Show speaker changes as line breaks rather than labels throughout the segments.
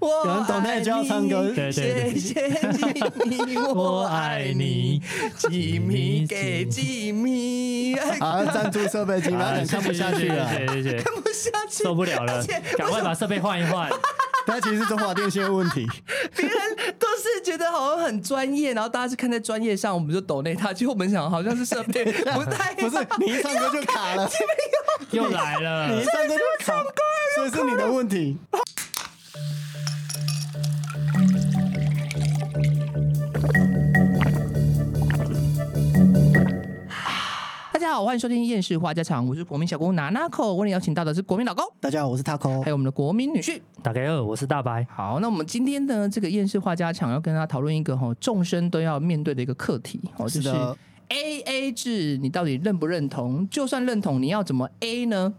我
有人懂那就要唱歌
爱你
对
谢
对
谢吉米，
我爱你，
吉米给吉米， 哎，
啊，赞助设备金，不要等看不下去了。
啊谢谢谢谢谢谢，
啊看不下去，
受不了了
而且，
赶快把设备换一换。
但其实是中华电信的问题，
别人都是觉得好像很专业，然后大家是看在专业上，我们就抖内他，结果我们想好像是设 备不太
不是你一唱歌就卡了，
又来了，
你一唱歌就卡， 所以是你的问题。
大家好，欢迎收听《厌世话家常》，我是国民小姑娜娜口，为你邀请到的是国民老公，
大家好，我是 Taco
还。有我们的国民女婿。
打给二，我是大白。
好，那我们今天呢，这个厌世话家常要跟大家讨论一个哈，众生都要面对的一个课题哦，就是
是的
A A 制，你到底认不认同？就算认同，你要怎么 A 呢？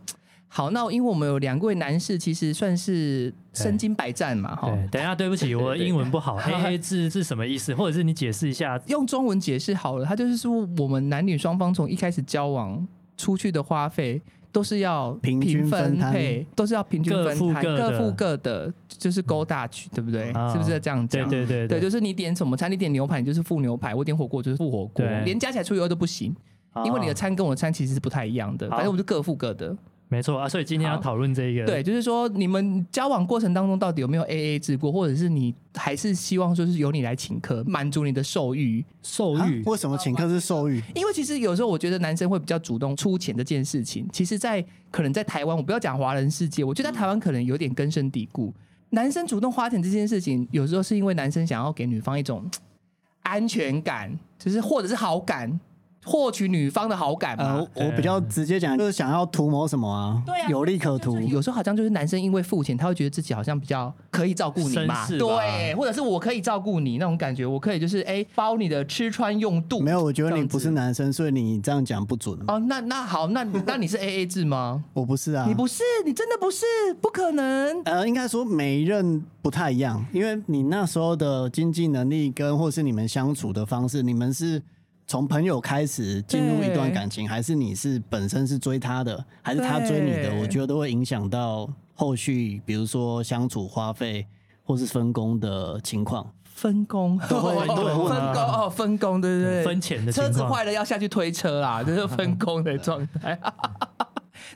好，那因为我们有两位男士，其实算是身经百战嘛，哈。
对，等一下，对不起，我英 文不好。A A 制是什么意思？或者是你解释一下？
用中文解释好了，他就是说我们男女双方从一开始交往出去的花费都是要
平均
分
分摊
配，都是要平均
各
分
付
摊，
各的
各付各的，就是勾大曲，对不对？
啊
是不是这样
对
讲？
对对
对，就是你点什么餐，你点牛排你就是付牛排，我点火锅就是付火锅
对，
连加起来除以二都不行，
哦
因为你的餐跟我的餐其实是不太一样的，
好
反正我们就各付各的。
没错啊，所以今天要
好
讨论这个。
对，就是说你们交往过程当中到底有没有 A A 制过，或者是你还是希望说是由你来请客，满足你的兽欲？
兽
啊
欲
为什么请客是兽欲？
因为其实有时候我觉得男生会比较主动出钱这件事情，其实在，可能在台湾，我不要讲华人世界，我觉得在台湾可能有点根深蒂固。男生主动花钱这件事情，有时候是因为男生想要给女方一种嘖安全感，就是或者是好感，获取女方的好感嘛。
啊
呃，我比较直接讲，就是想要图谋什么啊？
对啊
有利可图。
有时候好像就是男生因为付钱，他会觉得自己好像比较可以照顾你嘛，
绅士吧
对，或者是我可以照顾你那种感觉，我可以就是哎、包你的吃穿用度。
没有，我觉得
这
你
样子
不是男生，所以你这样讲不准。
哦，那那好，那那你是 A A 制吗？
我不是啊，
你不是，你真的不是，不可能。
呃，应该说每一任不太一样，因为你那时候的经济能力跟或是你们相处的方式，你们是从朋友开始进入一段感情，还是你是本身是追他的，还是他追你的？
对
我觉得都会影响到后续，比如说相处花费或是分工的情况。
分工，
都会都会问
分
啊
工哦，分工，对对对，
分钱的情
车
况
子坏了要下去推车啦， 这是分工的状态。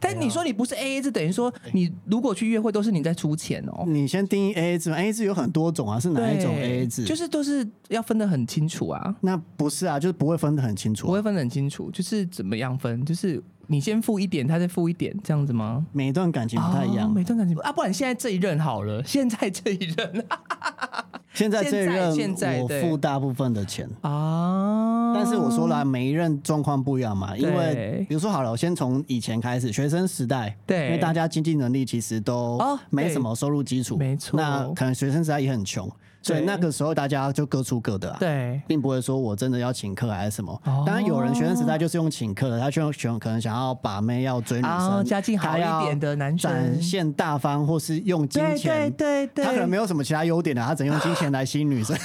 但你说你不是 A A 制，等于说你如果去约会都是你在出钱哦。
你先定义 AA 制嘛，AA 制有很多种啊，是哪一种
对
AA 制？
就是都是要分得很清楚啊，
那不是啊，就是不会分得很清楚
不
啊、
会分得很清楚，就是怎么样分，就是你先付一点，他再付一点，这样子吗？
每一段感情不太一样。
哦每段感情啊，不然现在这一任好了，现在这一任
现在这一任
现在
我
对
付大部分的钱。
啊，
但是我说了，每一任状况不一样嘛，因为比如说好了，我先从以前开始，学生时代，
对
因为大家经济能力其实都
哦
没什么收入基础，
对没错
那可能学生时代也很穷，所以那个时候大家就各出各的啊。
对，
并不会说我真的要请客还是什么
哦，
当然有人学生时代就是用请客的，他就选可能想要把妹要追女
啊
生，
家境好
他要
一点的男生
展现大方或是用金钱，
对对
他可能没有什么其他优点的，啊他只能用金钱来吸引 女生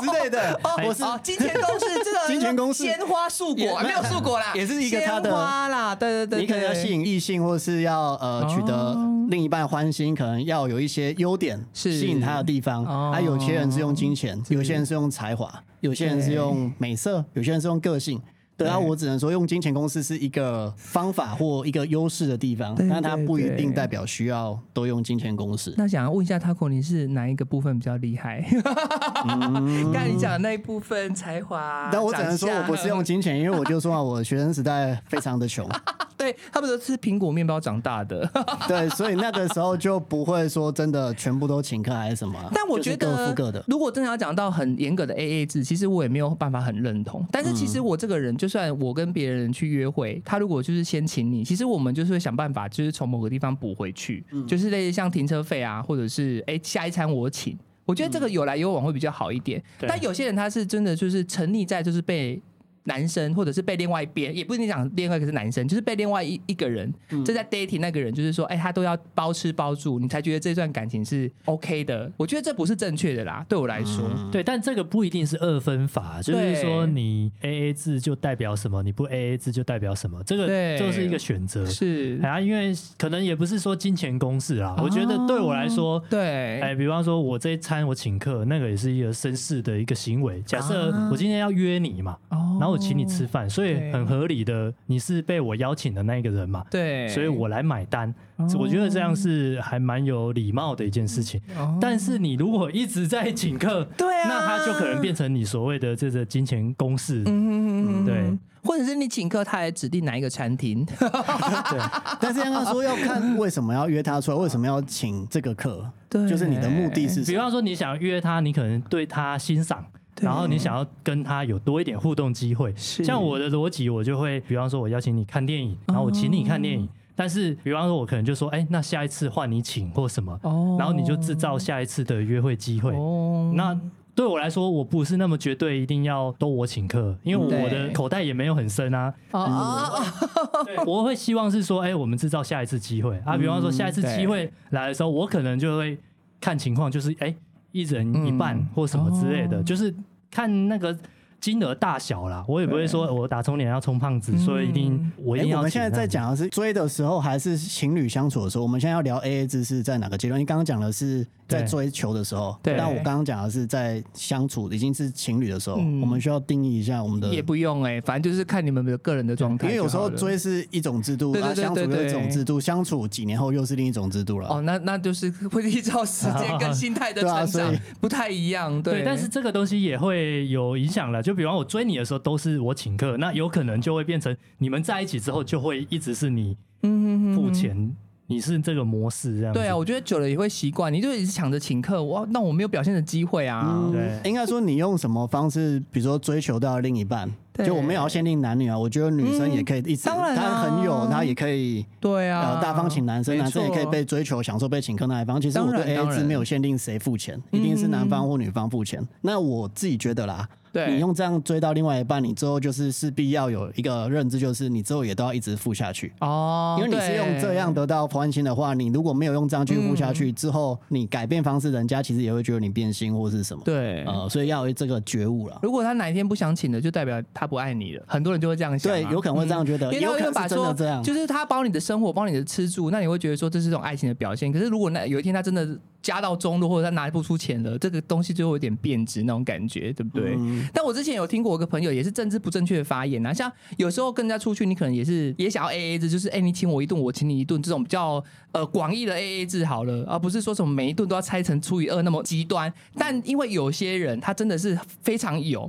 之类的，我是
哦，金钱公 式这个
金钱公式
鲜花素果
哎也
没有素果啦，
也是一个他的
鲜花啦，对对对，
你可能要
对
吸引异性，或是要呃取得
哦
另一半欢心，可能要有一些优点
是
吸引他的地方。
哦
啊，有些人是用金钱，有些人是用才华，有些人是用美色，有些人是用个性。对啊，
对
我只能说用金钱公式是一个方法或一个优势的地方
对，
但它
对
不一
对
定代表需要都用金钱公式。
那想要问一下 Taco，你是哪一个部分比较厉害？ 刚才你讲的那一部分才华，
但嗯我只能说
长
我
相
不是用金钱，因为我 就说啊，我学生时代非常的穷，
啊对他们都吃苹果面包长大的，
对，所以那个时候就不会说真的全部都请客还是什么啊。
但我
就
觉
是各
得
付各的，。
如果真的要讲到很严格的 AA 制，其实我也没有办法很认同。但是其
嗯
实我这个人，就算我跟别人去约会，他如果就是先请你，其实我们就是会想办法，就是从某个地方补回去，
嗯
就是类似像停车费啊，或者是哎、诶下一餐我请。
嗯
我觉得这个有来有往会比较好一点。
对
但有些人他是真的就是沉溺在就是被男生，或者是被另外一边，也不一定讲另外一个是男生，就是被另外一一个人，这、在 dating 那个人，就是说，哎、他都要包吃包住，你才觉得这段感情是 OK 的。我觉得这不是正确的啦，对我来说，
对，但这个不一定是二分法，就是说你 A A 制就代表什么，你不 A A 制就代表什么，这
对
个就是一个选择。
是
哎，呀，因为可能也不是说金钱公式啊啦，我觉得对我来说。
啊对，
哎，比方说，我这一餐我请客，那个也是一个绅士的一个行为。假设我今天要约你嘛，
啊哦
然后我请你吃，饭，所以
对
很合理的，你是被我邀请的那一个人嘛，
对，
所以我来买单。我觉得这样是还蛮有礼貌的一件事情。
哦
但是你如果一直在请客，
对啊
那他就可能变成你所谓的这个金钱公式。
嗯，
对，
或者是你请客，他还指定哪一个餐厅，
但是刚刚说要看为什么要约他出来，为什么要请这个课，
对
就是你的目的
哎
是什
比
么？
方说，你想约他，你可能对他欣赏，
对
然后你想要跟他有多一点互动机会。
是
像我的逻辑，我就会，比方说，我邀请你看电影，然后我请你看
哦
电影。但是，比方说，我可能就说，哎、那下一次换你请或什么，
哦
然后你就制造下一次的约会机会。
哦，
那对我来说，我不是那么绝对一定要都我请客，因为我的
嗯对
口袋也没有很深啊。
哦哦哦
我会希望是说，哎、我们制造下一次机会
嗯
啊。比方说，下一次机会来的时候，我可能就会看情况，就是哎、一人一半
嗯
或什么之类的，就是看那个金额大小啦。我也不会说我打肿脸要充胖子，所以一定我一定
哎
要、
我们现在在，讲的是追的时候，还是情侣相处的时候？我们现在要聊 A A 制是在哪个阶段？你刚刚讲的是在
对
追求的时候，
对
但我刚刚讲的是在相处已经是情侣的时候，
嗯
我们需要定义一下我们的，
也
因
不用哎、反正就是看你们的个人的状态就好了，
嗯为有时候追是一种制度，
对对
啊
对
相处又
对
一
对
种制度，相处几年后又是另一种制度了
哦，。那那就是会依照时间跟心态的
对啊
成长、
所以
不太一样，
对，
对，
但是这个东西也会有影响了。就比方我追你的时候都是我请客，那有可能就会变成你们在一起之后就会一直是你
嗯哼哼
付钱，你是这个模式这样子。
对啊，我觉得久了也会习惯，你就一直抢着请客，哇，那我没有表现的机会啊，
嗯，
对
应该说你用什么方式，比如说追求到另一半，
对
就我们也要限定男女啊。我觉得女生也可以一直，
嗯当然啊
她很有，她也可以
对啊，
呃，大方请男生，
没
男生也
错
可以被追求、享受被请客那一方。其实我
当然
对 A
当
A 制
然嗯
没有限定谁付钱，一定是男方或女方付钱。那我自己觉得啦，
对
你用这样追到另外一半，你之后就是势必要有一个认知，就是你之后也都要一直付下去。
哦，
因为你是
对
用这样得到欢心的话，你如果没有用这样去付下
嗯
去，之后你改变方式，人家其实也会觉得你变心或是什么。，
对。
呃，所以要有这个觉悟了。
如果他哪一天不想请了，就代表他不爱你了。很多人就会这样想啊、
对，有可能会这样觉得，
因
也
为他
有
会
可能
把
是真
说
的这样。
就是他帮你的生活，帮你的吃住，那你会觉得说这是一种爱情的表现。可是如果那有一天他真的加到中路，或者他拿不出钱了，这个东西就会有点贬值那种感觉，对不对？
嗯
但我之前有听过我一个朋友也是政治不正确的发言啊，像有时候跟人家出去，你可能也是也想要 A A 制，就是哎、你请我一顿，我请你一顿，这种比较呃广义的 A A 制好了，而、不是说什么每一顿都要拆成除以二那么极端。但因为有些人他真的是非常有。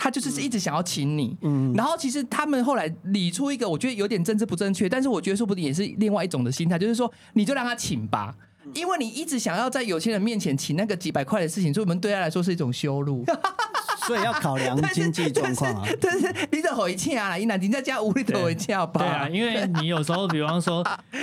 他就是一直想要请你，嗯，然后其实他们后来理出一个我觉得有点政治不正确，但是我觉得说不定也是另外一种的心态，就是说你就让他请吧，因为你一直想要在有钱人面前请那个几百块的事情，所以我们对他来说是一种羞辱。
所以要 考量经济状况啊。
但是你得回家啦，啊你哪天在家无力的回家吧？
对啊，因为你有时候，比方 说，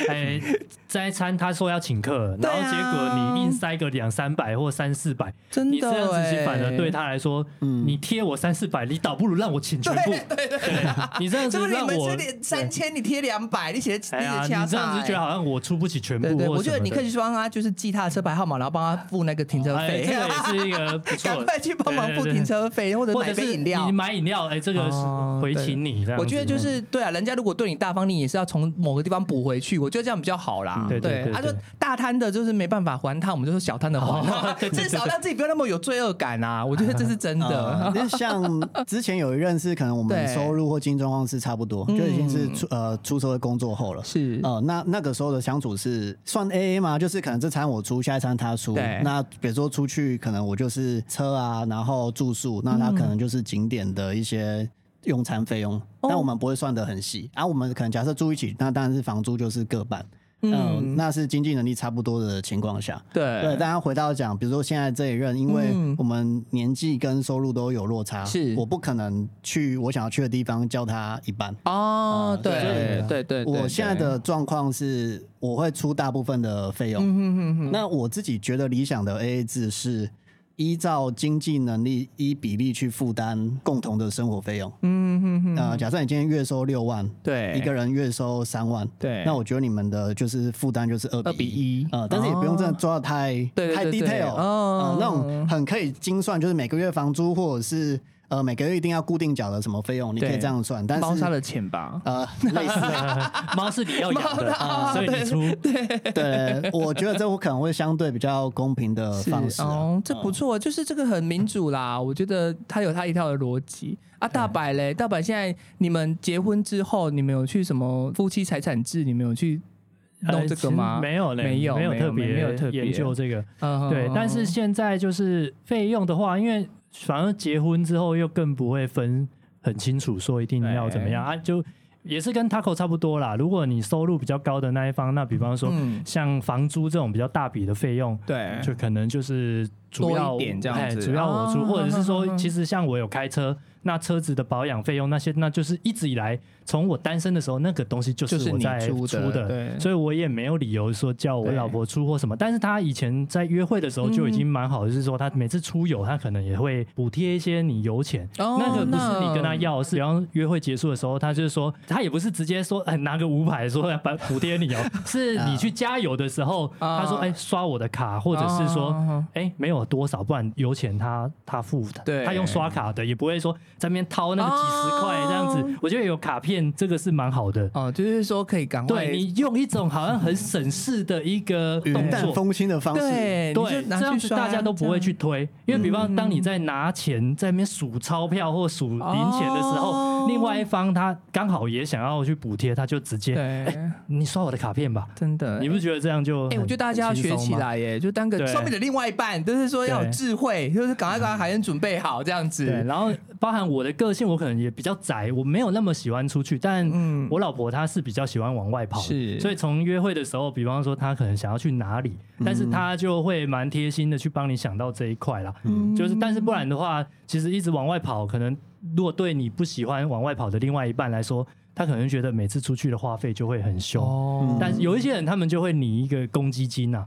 哎，这一餐他说要请客，
对
然后
啊
结果你硬塞个两三百或三四百，
真的
你这样子其实
欸嗯
反而对他来说，你贴我三四百，你倒不如让我请全部。对， 你这样
是
子
不是你
让
们
我
是，连三千，你贴两百，你写的
哎呀，
写
你
掐
这
啥
样子
欸？
觉得好像我出不起全部
对对，
或
我
什
觉
么
得
的。
你可以去帮他，就是记他的车牌号码，然后帮他付那个停车
哎，
费
这，个也是一个不 错
赶
的，
快去帮忙
对
付停，车费，或
对
者
对或
买
者
杯
是
饮料
你。买饮料，哎，这嗯个
哦
是回请你这样子。
我觉得就是对啊，人家如果对你大方，你也是要从某个地方补回去，我觉得这样比较好啦。
嗯对对对
他
对
说大摊的就是没办法还他，我们就说小摊的还， 至少让自己不要那么有罪恶感啊。我觉得这是真
呃
哦
的。
因为像之前有一任是可能我们
对嗯
收入或经济状况是差不多，就已经是出呃出社会工作后了。
是
哦
呃，那那个时候的相处是算 A A 吗？就是可能这餐我出，下一餐他出。
对
那比如说出去，可能我就是车啊，然后住宿，那
嗯
他可能就是景点的一些用餐费用，
哦
但我们不会算的很细。啊，我们可能假设住一起，那当然是房租就是各半。嗯、那是经济能力差不多的情况下，
对
对，大家回到讲，比如说现在这一任，因为
嗯
我们年纪跟收入都有落差，
是
我不可能去我想要去的地方叫他一半。
哦，
对
对对对，对
啊我现在的状况是，
嗯
我会出大部分的费用。那我自己觉得理想的 AA 制是，依照经济能力依比例去负担共同的生活费用。
嗯哼哼，
呃，假设你今天月收六万，
对，
一个人月收三万，
对
那我觉得你们的就是负担就是二
二比
一。
一，
呃，但是也不用真的做到太、
对对
太
对对
detail，
哦
呃，那种很可以精算，就是每个月房租或者是呃每个月一定要固定缴的什么费用，你可以
对
这样算。但
猫
是
砂的钱吧，
呃，类似类似
猫是你要 养的，啊所以你出。
对，我觉得这我可能会相对比较公平的
是
方式、啊。
哦，这不错，就是这个很民主啦。我觉得他有他一套的逻辑啊。大白嘞，大白现在你们结婚之后，你们有去什么夫妻财产制？你们有去弄
呃
这
其
个
实
吗？
没有嘞，
没有
没有
没
特
有
别
没有特别
研究这个。
嗯，
对
嗯，
但是
嗯
现在就是费用的话，因为反而结婚之后又更不会分很清楚，说一定要怎么样啊，就也是跟 Taco 差不多啦。如果你收入比较高的那一方，那比方说
嗯
像房租这种比较大笔的费用，
对
就可能就是主
多一
要我
点这样
哎
子
主要我出，
啊
或者
哼
是
哼
说，
哼
其实像我有开车，那车子的保养费用那些，那就是一直以来从我单身的时候，那个东西就
就是
是我
你
在
出
出
的对
所以我也没有理由说叫我
对
老婆出或什么。但是她以前在约会的时候就已经蛮好，就是说她每次出游，她可能也会补贴一些你油钱，
哦
那个不是你跟她
那
要，是然后约会结束的时候，她就是说，她也不是直接说，哎，拿个五百说要把补 贴你哦，是你去加油的时候，
啊
她说，哎，刷我的卡，或者是说
啊啊啊，
哎，没有多少，不然油钱她她付的，
对
她用刷卡的，也不会说在那边掏那个几十块这样
哦
子。我觉得有卡片这个是蛮好的，
哦，就是说可以赶快
对你用一种好像很省事的一个动
云淡
作。
风轻的方式，
对，嗯你
对，
就拿
这样
去
子
刷啊
大家都不会去推，因为比方当你在拿钱在那边数钞票或数零钱的时
哦
候，另外一方他刚好也想要去补贴，他就直
这
接
样对，
你刷我的卡片吧，
真的
你。不觉得这样就？
哎，我觉得大家要学起。来耶，就当个
对
上面的另外一半，就是说要有
对
智慧，就是赶快把海燕准备好这样
对，
子。
然后包含我的个性，我可能也比较宅，我没有那么喜欢出去，但
嗯
我老婆她是比较喜欢往外跑的，
是
所以从约会的时候，比方说她可能想要去哪里，
嗯
但是她就会蛮贴心的去帮你想到这一块啦。
嗯
就是，但是不然的话，其实一直往外跑，可能如果对你不喜欢往外跑的另外一半来说，他可能觉得每次出去的花费就会很凶。
哦
但是有一些人，他们就会拟一个公积金啊，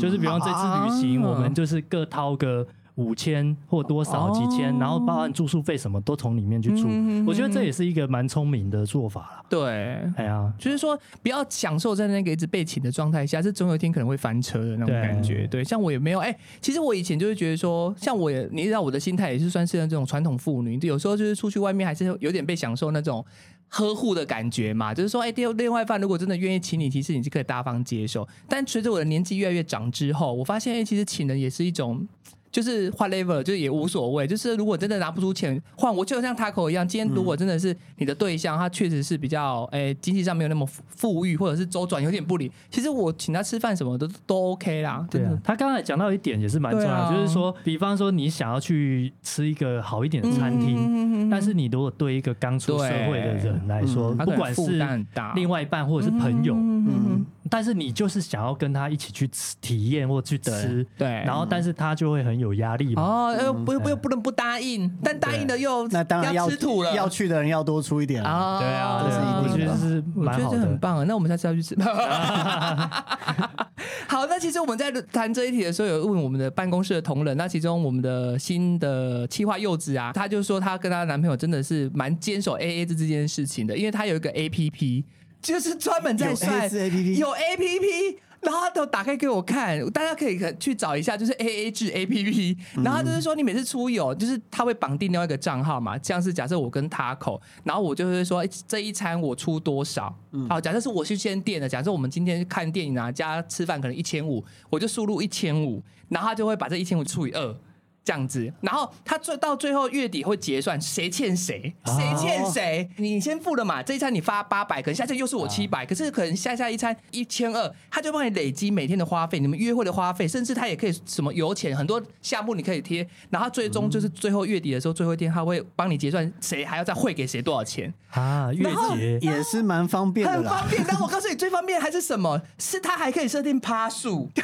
就是比方这次旅行，
啊
我们就是各掏个五千或多少几千，
哦
然后包含住宿费什么都从里面去出。
嗯嗯嗯
我觉得这也是一个蛮聪明的做法了。
对，
哎呀，
就是说，不要享受在那个一直被请的状态下，是总有一天可能会翻车的那种
对
感觉。对，像我也没有，哎、其实我以前就会觉得说，像我也，你知道我的心态也是算是那种传统妇女，有时候就是出去外面还是有点被享受那种呵护的感觉嘛。就是说，哎、另另外一半如果真的愿意请你，其实你是可以大方接受。但随着我的年纪越来越长之后，我发现，哎、其实请人也是一种。就是 whatever，就是也无所谓。就是如果真的拿不出钱换，我就像 Taco 一样，今天如
嗯
果真的是你的对象，他确实是比较诶、经济上没有那么富富裕，或者是周转有点不灵，其实我请他吃饭什么的都都 OK 啦，
对
真
啊
的。，
他刚才讲到一点也是蛮重要的，
对啊
就是说，比方说你想要去吃一个好一点的餐厅，
嗯
但是你如果对一个刚出社会的人来
对
说，
嗯
他
不
可能
管
负担
是
很大，
另
外
外一半或者是朋友，
嗯，
但是你就是想要跟他一起去吃体验或去吃，
对
然后但是他就会很有压力嘛。
哦，又不不又不能不答应，但答
啊
应了又
那当然要
吃土了，
要去的人要多出一点啊。
啊，
对啊，对
这
啊，我
是一
觉
定的
得是
我觉
蛮
得
好
这很
的。
棒啊！那我们下次要去吃。 好，那其实我们在谈这一题的时候，有问我们的办公室的同仁，那其中我们的新的企划柚子啊，她就说她跟她男朋友真的是蛮坚守 A A 制这件事情的，因为她有一个 A P P，就是专门在
有
算
A 制 APP
有 A P P。然后他都打开给我看，大家可以去找一下，就是 A A 制 A P P。然后他就是说，你每次出游，就是他会绑定另外一个账号嘛，像是假设我跟 Taco，然后我就会说诶这一餐我出多少。好，假设是我去先店的，假设我们今天看电影啊加吃饭可能一千五，我就输入一千五，然后他就会把这一千五除以二。这样子，然后他最到最后月底会结算谁欠谁，谁欠 谁。你先付了嘛，这一餐你发八百，可能下次又是我七百、可是可能下下一餐一千二，他就帮你累积每天的花费，你们约会的花费，甚至他也可以什么油钱，很多项目你可以贴。然后他最终就是最后月底的时候，最后一天他会帮你结算谁还要再汇给谁多少钱。
啊，月
然后
结
也是蛮方便的
很
啦
方，便。但我告诉你，最方便还是什么？是 哦它还可以设定趴数，就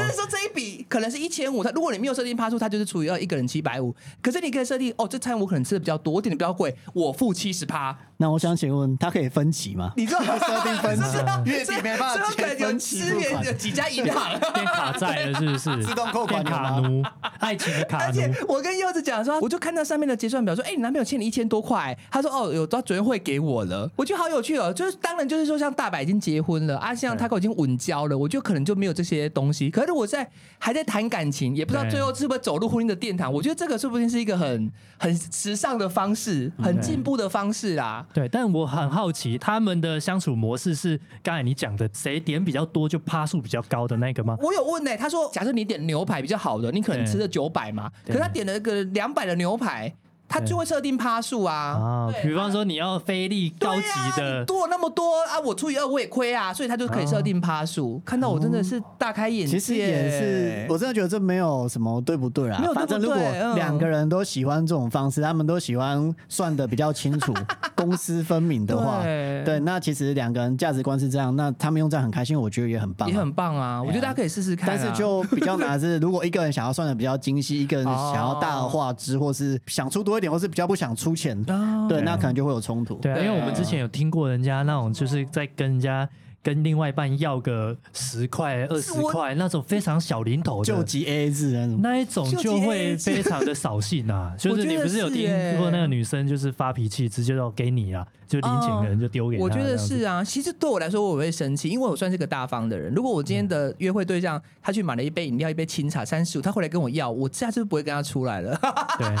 是说这一笔可能是一千五，它如果你没有设定趴数，它就是除以二，一个人七百五。可是你可以设定，哦，这餐我可能吃的比较多，我点的比较贵，我付七十趴。
那我想请问，它可以分期吗？
你知道
设定分期
是，
月底没办
所以
法
我可
结
能有
分期
失
付
联有
款，
几家银行。
变卡债了是不是？
自动扣款
变
有
卡
吗？
奴，爱情的卡
而
奴
且。我跟柚子讲说，我就看到上面的结算表说，哎、你男朋友欠你一千多块、他说哦，有到昨天会给我了，我觉得好有趣哦。就是当然就是说，哦像大白已经结婚了，阿像
对
他已经稳交了，我就可能就没有这些东西。可是我在还在谈感情，也不知道
对
最后是不是走入婚姻的殿堂。我觉得这个说不定是一个很很时尚的方式，啊很进步的方式啊啦。
对，但我很好奇，他们的相处模式是刚才你讲的，谁点比较多就趴数比较高的那个吗？
我有问呢、欸他说假设你点牛排比较好的，你可能吃了九百嘛，可
对
是他点了个两百的牛排，他就会设定趴数
啊，
对
比方说你要菲力高级
对啊
的
你，多了那么多啊，我除以二我也亏啊，所以他就可以设定趴数。
哦
看到我真的是大开眼界，欸
其实也是，我真的觉得这没有什么对不对啊
没有。对
反
不对
正如果
嗯
两个人都喜欢这种方式，他们都喜欢算的比较 清楚、公私分明的话，
对
对，那其实两个人价值观是这样，那他们用这样很开心，我觉得也很棒
也
啊。
很棒
哎
啊，我觉得大家可以试试看啊。
但是就比较难的是，如果一个人想要算的比较精细，一个人想
哦
要大而化之，或是想出多一点，或是比较不想出钱，
啊
对，那可能就会有冲突。
对啊，因为我们之前有听过人家那种，就是在跟人家跟另外一半要个十块、二十
我
块那种非常小零头
救
的，
急 A A 制那种，
那一种就会
就急 AA
非常的扫兴 啊。
我
就
觉
是
得
你不是有听过那个女生就是发脾气，直接就给你啊，就零钱可能就丢给她
哦我觉
这
得
样子
是啊，其实对我来说我会生气，因为我算是个大方的人。如果我今天的约会对象他去买了一杯饮料、一杯清茶三十五，他回来跟我要，我下次就不会跟他出来了。
对。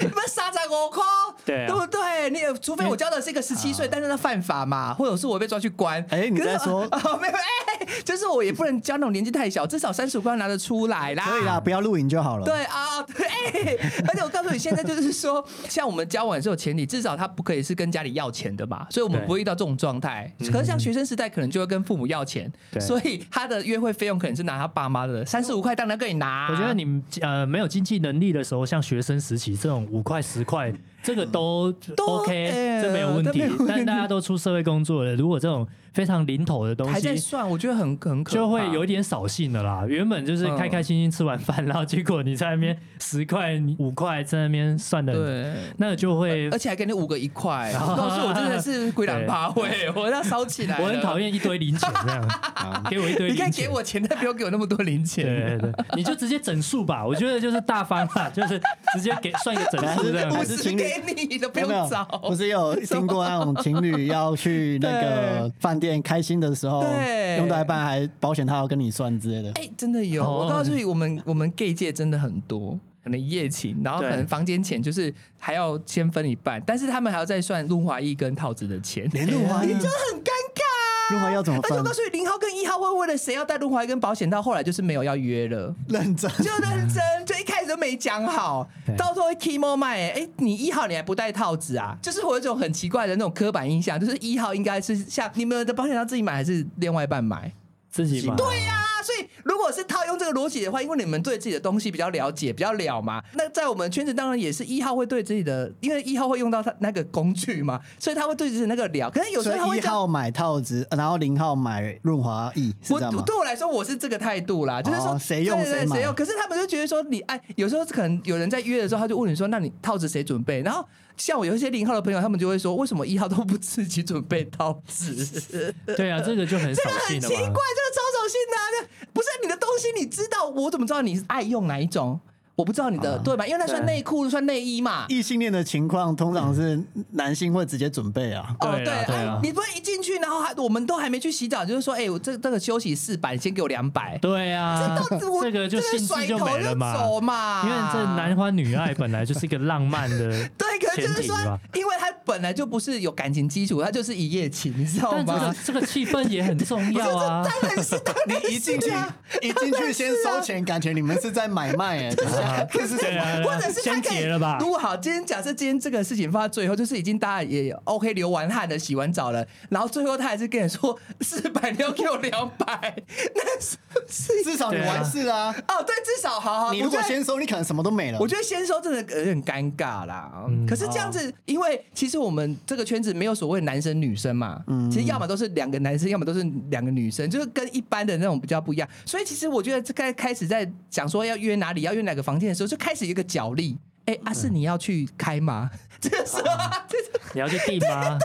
你们傻仔我抠，
对啊啊
对不对？你也除非我交的是一个十七岁，但是他犯法嘛，或者是我被抓去关。
哎你
可是
在说
哦没有？哎，就是我也不能交那种年纪太小，至少三十五块拿得出来啦。
可以啦，。不要露营就好了。
对啊，对，哎而且我告诉你，现在就是说，像我们交往是有前提，至少他不可以是跟家里要钱的嘛，所以我们
对
不会遇到这种状态。可是像学生时代，可能就会跟父母要钱，
嗯对
所以他的约会费用可能是拿他爸妈的，三十五块当然可以拿。
我觉得你们呃没有经济能力的时候，像学生时期这种五块十块，这个都
都
OK，、
哎
这没有问
都
题
没有问。题
但大家都出社会工作了，如果这种非常零头的东
还在
西，
算，我觉得很很可怕，
就会有一点扫兴的啦。原本就是
嗯
开开心心吃完饭，然后结果你在那边十块你五块在那边算的，
对。
那就会
而且还给你五个一 块，我告诉我真的是鬼狼八会，我要烧起来。
我很讨。厌一堆零钱这样，啊给我一堆
你可以
零
给
钱。
我钱，但不要给我那么多零钱。
对对对，你就直接整数吧，我觉得就是大方啦，就是直接给算一个整数这样
五
还
子。
是
十
情侣
给你的，不
有
用
没有
找。
不是有听过那种情侣要去那 个饭店开心的时候，
对
用到一半还保险他要跟你算之类的。
哎、真的有。
哦
我告诉你，我们我们 gay 界真的很多，可能一夜情，然后可
对
能房间钱就是还要先分一半，但是他们还要再算润滑液跟套子的钱，
连润滑
你啊真
液
的很尴尬。
润滑要怎么
而且我
分
告？诉你，零号跟一号会为了谁要带润滑液跟保险套，后来就是没有要约了。
认真，
就认真，就一开始都没讲好
对，
到时候 Kimo 卖、欸，哎、你一号你还不戴套子啊？就是我有一种很奇怪的那种刻板印象，就是一号应该是像你们的保险套自己买还是另外一半买？
自己买。对呀、
啊，所以如果是套用这个逻辑的话，因为你们对自己的东西比较了解，比较了嘛。那在我们圈子当然也是一号会对自己的，因为一号会用到他那个工具嘛，所以他会对自己的那个了。可是有时
所
候他
以
会
一
这样
号买套子，然后零号买润滑液，是这样
我
吗？
对我来说，我是这个态度啦，就是说
哦谁用
对对对
谁买
谁用。可是他们就觉得说你哎，有时候可能有人在约的时候，他就问你说，那你套子谁准备？然后像我有一些零号的朋友，他们就会说，为什么一号都不自己准备套 子？
对啊，这个就很扫
这很
兴
奇怪，这
了
个超
嘛。
扫兴的、啊。这不是你的东西，你知道我怎么知道你是爱用哪一种？我不知道你
啊
的、对吧？因为那算内裤，算内衣嘛。
异性恋的情况通常是男性会直接准备啊，
哦，
对啊对啊
你不会一进去，然后还我们都还没去洗澡，你就是说，哎、我这这个休息四百，你先给我两百。
对啊，
到底我
这个就
真的
兴致
甩
就
头
没了嘛。
走嘛，
因为这男欢女爱本来就是一个浪漫的
对，可是就
前
是
提
说
吧，
因为他本来就不是有感情基础，他就是一夜情，你知道
但这
吗
个？这个气氛也很重要啊。
当然是当然
你一进去
是啊，
一进去先收钱，感觉你们是在买卖哎， 这是
对啊，对
或
啊
者是他
先
可以
结了吧
如？果好，今天假设今天这个事情放到最后，就是已经大家也 OK 流完汗了，洗完澡了，然后最后他还是跟你说四百，你要给我两百，那是不是？
至少你
对啊
完事啊。
哦，对，至少好好，
你
我
如果
觉得
先收，你可能什么都没了
我。觉得先收真的有点尴尬啦，可是这样子，因为其实我们这个圈子没有所谓男生女生嘛，
嗯
其实要么都是两个男生，要么都是两个女生，就是跟一般的那种比较不一样。所以其实我觉得这该开始在讲说要约哪里，要约哪个房间的时候，就开始有一个角力。哎、阿、
嗯
四你要去开吗？ 这个时候啊，这是
你要去订吗？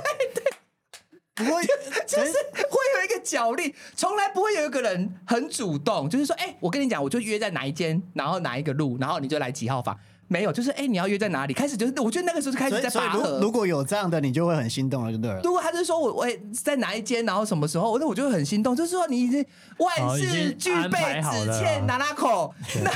不过
就是会有一个角力，从来不会有一个人很主动，就是说，哎、我跟你讲，我就约在哪一间，然后哪一个路，然后你就来几号房。没有，就是哎、你要约在哪里？开始就是，我觉得那个时候就开
所
始
以
在
所以
拔河
如。如果有这样的，你就会很心动了，就对了。
如果他就说我我在哪一间，然后什么时候，那我就会很心动，就是说你已经万事俱备，只欠拿拉口。那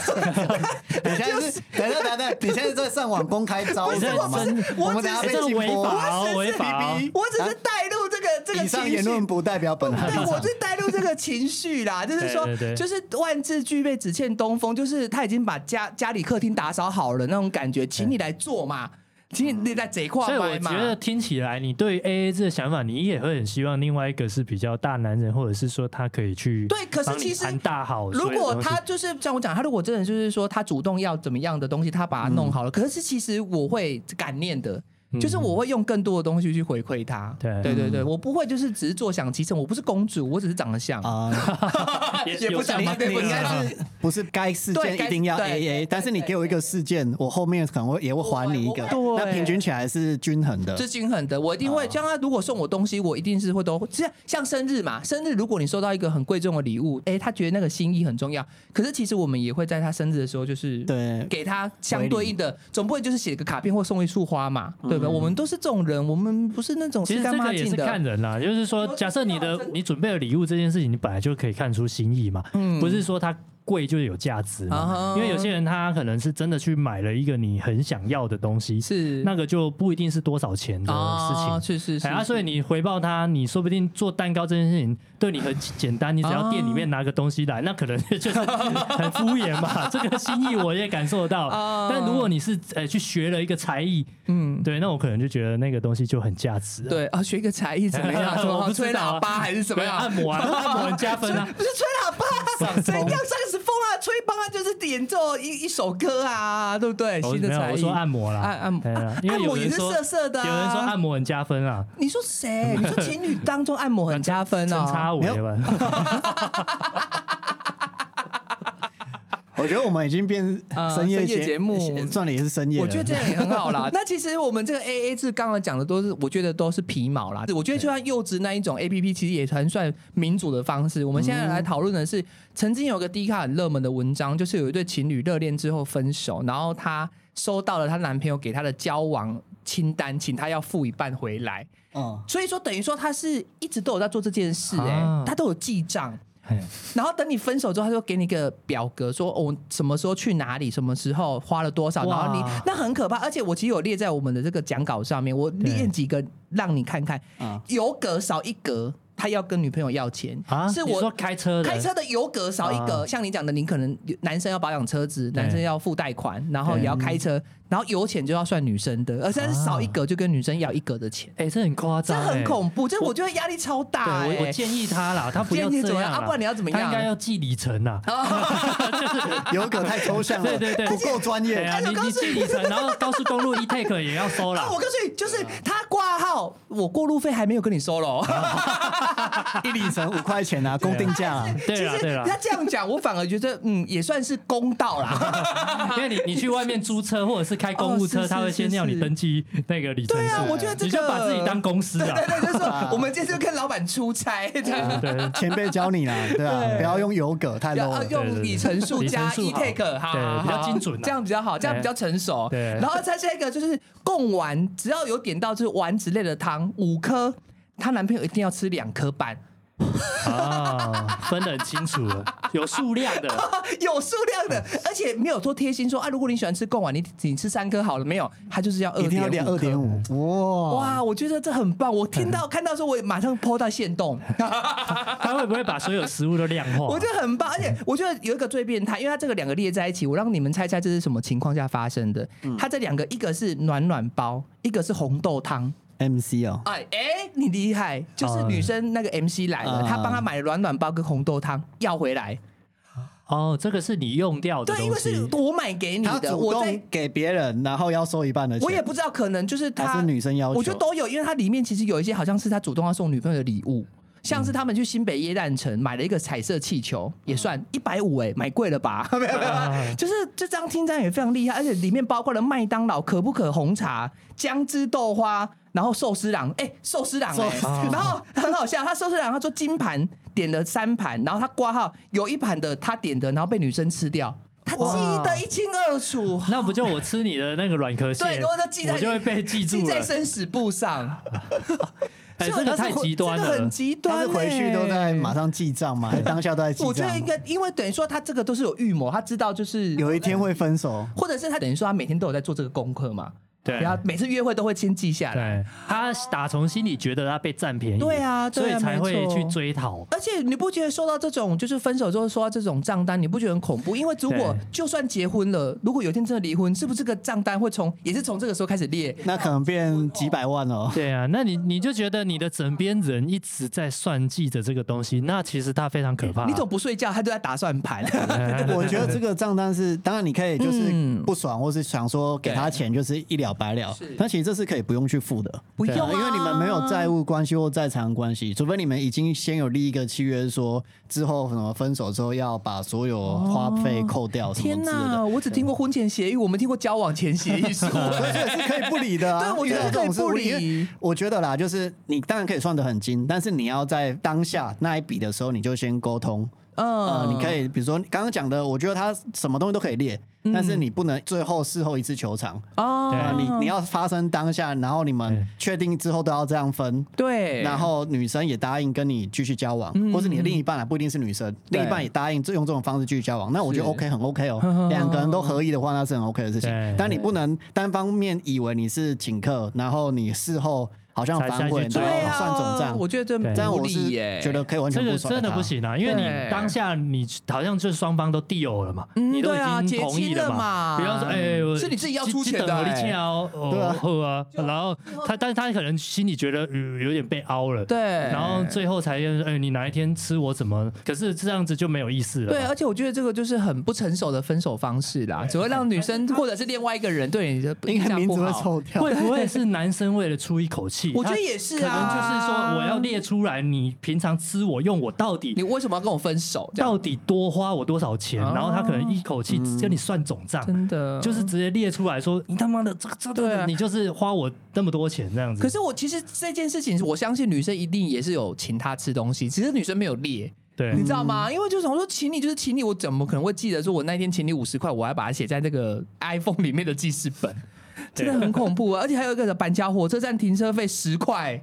你现在是等一下，等一下等一下，你现在在上网公开招
不是我
惹吗
不是？我
我们
只
等一下
是
被
哎这
禁
违
播。
法哦，
我是
违法哦。
我只是带入这个这个
以上
情
言
绪
论。不代表本台立
对，
场。
我是带入这个情绪啦，就是说，
对对对
就是万事俱备，只欠东风。就是他已经把家家里客厅打扫好了那种感觉，请你来做嘛，请你来这一块
嗯所以我
买嘛。
觉得听起来，你对 A A 制的想法，你也会很希望另外一个是比较大男人，或者是说他可以去
对可是
帮你
其实
谈大好。
如
所有
果
东西
他就是像我讲，他如果真的就是说他主动要怎么样的东西，他把它弄好了。可是其实我会感念的，
嗯
就是我会用更多的东西去回馈他。
对
对对对，我不会就是只是坐享其成，我不是公主，我只是长得像，
啊，
也
也不
有这
想
样吗
对不
应该
想
是不是该事
对
件
该
一定要
对对
A
对
A，但是你给我一个事件，我后面可能会也会还你一个
我，会
那平均起来是均衡的
这。是均衡的。我一定会，
嗯
像他如果送我东西，我一定是会都，像像生日嘛，生日如果你收到一个很贵重的礼物，哎，他觉得那个心意很重要。可是其实我们也会在他生日的时候，就是
对，
给他相对应的，总不会就是写个卡片或送一束花嘛，对吧？我们都是这种人，我们不是那种
嗯其
吃
实
干
这
抹
个也
净
是看
的。
人啦，就是说，假设你的你准备的礼物这件事情，你本来就可以看出心意嘛，
嗯
不是说它贵就有价值
啊
嘛
哈，
因为有些人他可能是真的去买了一个你很想要的东西，
是
那个就不一定是多少钱的事情
啊，。是是是，
哎啊，所以你回报他，你说不定做蛋糕这件事情对你很简单，你只要店里面拿个东西
啊
来，那可能就是很敷衍嘛。 这个心意我也感受到，
啊
但如果你是呃去学了一个才艺，
嗯。
对，那我可能就觉得那个东西就很价值 啊。
对啊，学一个才艺怎么 样？什
我
么
不知
吹
道啊
喇叭还是怎么
对
样？
按摩啊，按 摩很加分啊。
不是吹喇叭，怎样萨克斯风啊，吹帮啊，就是演奏一一首歌啊，对不对？
我
新
哦没
的
有，
才
我
艺，
说按摩啦，
按按摩
对啊因为
按
有
摩也
人
是
说
色色的、啊。哦
有人说按，摩很加分啊，
你说谁？你说情侣当中按摩很加 分
分
啊、
叉
哦？
舞对吧？
我觉得我们已经变
啊
深夜
深夜节目
算了也是深夜了。
我觉得这样也很好 啦。那其实我们这个 A A 制，刚刚讲的都是，我觉得都是皮毛啦。我觉得就像幼稚那一种 A P P，其实也很算民主的方式。我们现在来讨论的是，曾经有个 D 卡很热门的文章，就是有一对情侣热恋之后分手，然后她收到了她男朋友给她的交往清单，请她要付一半回来。
嗯，
所以说，等于说她是一直都有在做这件事、欸，
啊
她都有记账。
哎
然后等你分手之后，他就给你一个表格，说我、哦什么时候去哪里，什么时候花了多少，然
哇
后你那很可怕。而且我其实有列在我们的这个讲稿上面，我列几个让你看看
嗯，
油格少一格，他要跟女朋友要钱，
啊，
是
你说
我。
开车的，
开车的油格少一格，
啊
像你讲的，你可能男生要保养车子，
对
男生要付贷款，然后也要开车，然后油钱就要算女生的，而且
啊
是少一格就跟女生要一格的钱，
哎，这很夸
这
张，
很
哎
恐怖，这我觉得压力超大、
对，我我
欸。
建议 他啦，他不要
建议怎么
这
样
啦
啊不然你要怎么
他
样
应该要记里程啊啦。
有梗太抽象 了，
对对对
不够专
对
业。
啊，你你记里程，然后高速公路 e take 也要收啦
啊，。我告诉你，就是他挂号，我过路费还没有跟你收 喽。
一里程五块钱啊，公定价啊。
对啦
其
对
实
啦，
他这样讲，我反而觉得嗯，也算是公道 啦。
因为你你去外面租车或者是开公务
啊哦是
车，
是
他会先要
是
你
是
登记那个里程
对啊，
数，
我觉得这个
你就把自己当公司
对
啊
对。对，就是说我们今天就跟老板出差这样。
对对
前辈教 你啦，对啊，不要用有梗太 low
要
了。
用里程数加
对
e
对对
take 哈，
对
好
比较
好
精准啊
这样比较好，这样比较成熟。
对
然后在这个就是贡丸，只要有点到就是丸子类的汤五颗，她男朋友一定要吃两颗半，
啊，分得很清楚 了，有数量的。
有数量的，
嗯
而且没有多贴心说啊，如果你喜欢吃贡丸，你你吃三颗好了没有？他就是要二
一定要
点
量二点五，哇
哇，我觉得这很棒！我听 到看到的时候，我也马上抛到线动，
他会不会把所有食物都量化？
我觉得很棒。而且我觉得有一个最变态，因为它这个两个列在一起，我让你们猜猜这是什么情况下发生的。
嗯
它这两个，一个是暖暖包，一个是红豆汤。
！MC 哦，
哎哎，你厉害！就是女生那个 MC 来了，
嗯
她帮她买了暖暖包跟红豆汤要回来。
哦，这个是你用掉的
对，因
东
为
西
是，我买给你
他
的，
主
我在
动给别人，然后要收一半的钱，
我也不知道，可能就是他
还是女生要求，
我觉得都有，因为它里面其实有一些好像是他主动要送女朋友的礼物，像是他们去新北耶诞城买了一个彩色气球，
嗯
也算一百五哎，买贵了 吧？没有没有没有，就是这张听站也非常厉害，而且里面包括了麦当劳、可不可红茶、姜汁豆花，然后寿司郎，哎、寿司郎、
寿
哎
司
然后很好笑，他寿司郎他说金盘点了三盘，然后他挂号有一盘的他点的，然后被女生吃掉，他记得一清二楚。
那不就我吃你的那个软壳蟹，
对，如果他记在
我就会被记住了
在。生死簿上。
哎，
所以
这个
他是
太
回
极端
这个很
了。
极端、
他
欸。
是回去都在马。上记账嘛，还当下都在记账。
我觉得应该，因为等于说他这个都是有预谋，他知道就是
有一天会分手，
或者是他等于说他每天都有在做这个功课嘛，
对
然后每次约会都会先记下来。
对，他打从心里觉得他被占便宜，
对啊
所
对
以
啊
才会
没错
去追讨。
而且你不觉得收到这种就是分手之后收到这种账单，你不觉得很恐怖？因为如果
对
就算结婚了，如果有一天真的离婚，是不是这个账单会从也是从这个时候开始列？
那可能变几百万哦。
对啊，那你你就觉得你的枕边人一直在算计着这个东西，那其实他非常可怕。哎
你怎么不睡觉？他都在打算盘。
我觉得这个账单是，当然你可以就是
嗯
不爽，或是想说给他钱就是一了百了
是，
但其实这是可以不用去付的，
不用啊
对因为你们没有债务关系或债偿关系，除非你们已经先有立一个契约，说之后什么分手之后要把所有花费扣掉什 么
天
之类
哪，
的，
我只听过婚前协议，我没听过交往前协 议书。
所以是可以不理的、啊。
对我觉得
遇到这种事
可以不理
我因为我觉得啦，就是你当然可以算得很精，但是你要在当下那一笔的时候，你就先沟通。呃，
嗯
你可以比如说刚刚讲的，我觉得他什么东西都可以列，
嗯
但是你不能最后事后一次球场。
哦，
对
啊，你你要发生当下，然后你们
对
确定之后都要这样分，
对，嗯
然后女生也答应跟你继续交往，或是你的另一半啊，不一定是女生，
对
另一半也答应用这种方式继续交往，那我觉得
是
OK 很 OK
呵呵
哦，两个人都合意的话，那是很 OK 的事情
对。
但你不能单方面以为你是请客，然后你事后好像
才
反悔，
才去追
对
然
啊，
后算总账
我，觉得这
对
这样
无
我
理
是
耶，
觉得可以完
这
全
个
不爽
真
的
的
他
不行啊，因为
对
你当下你好像就是双方都 deal 了嘛，
嗯
你都
对啊
已经
结
同意
亲了
嘛。
嘛
比方说，哎，我
是你自己要
这
出钱的
这等我
哎
力气啊哦，
对啊
哦好啊。然后他，但是他可能心里觉得呃有点被凹了，
对，
然
然
后最后才认识，哎，你哪一天吃我怎么？可是这样子就没有意思了嘛。
对，而且我觉得这个就是很不成熟的分手方式 啦，只会让女生或者是另外一个人对你的
应
印
该
象
名
不
字会
好。
抽 掉。
会不会是男生为了出一口气？
我觉得
他
也是
可能
啊，
就是说，我要列出来，你平常吃我用我到底
你为什么要跟我分手？这样
到底多花我多少钱，
哦
然后他可能一口气跟你算总账，
真的
就是。直接列出来说，你他妈的这个这
对
个，
啊
你就是花我那么多钱这样子。
可是我其实这件事情，我相信女生一定也是有请他吃东西，只是女生没有列，
对
你知道
嗯
吗？因为就想说请你就是请你，我怎么可能会记得说我那天请你五十块，我还把它写在那个 iPhone 里面的记事 本，真的很恐怖、啊。而且还有一个板桥火车站停车费十块，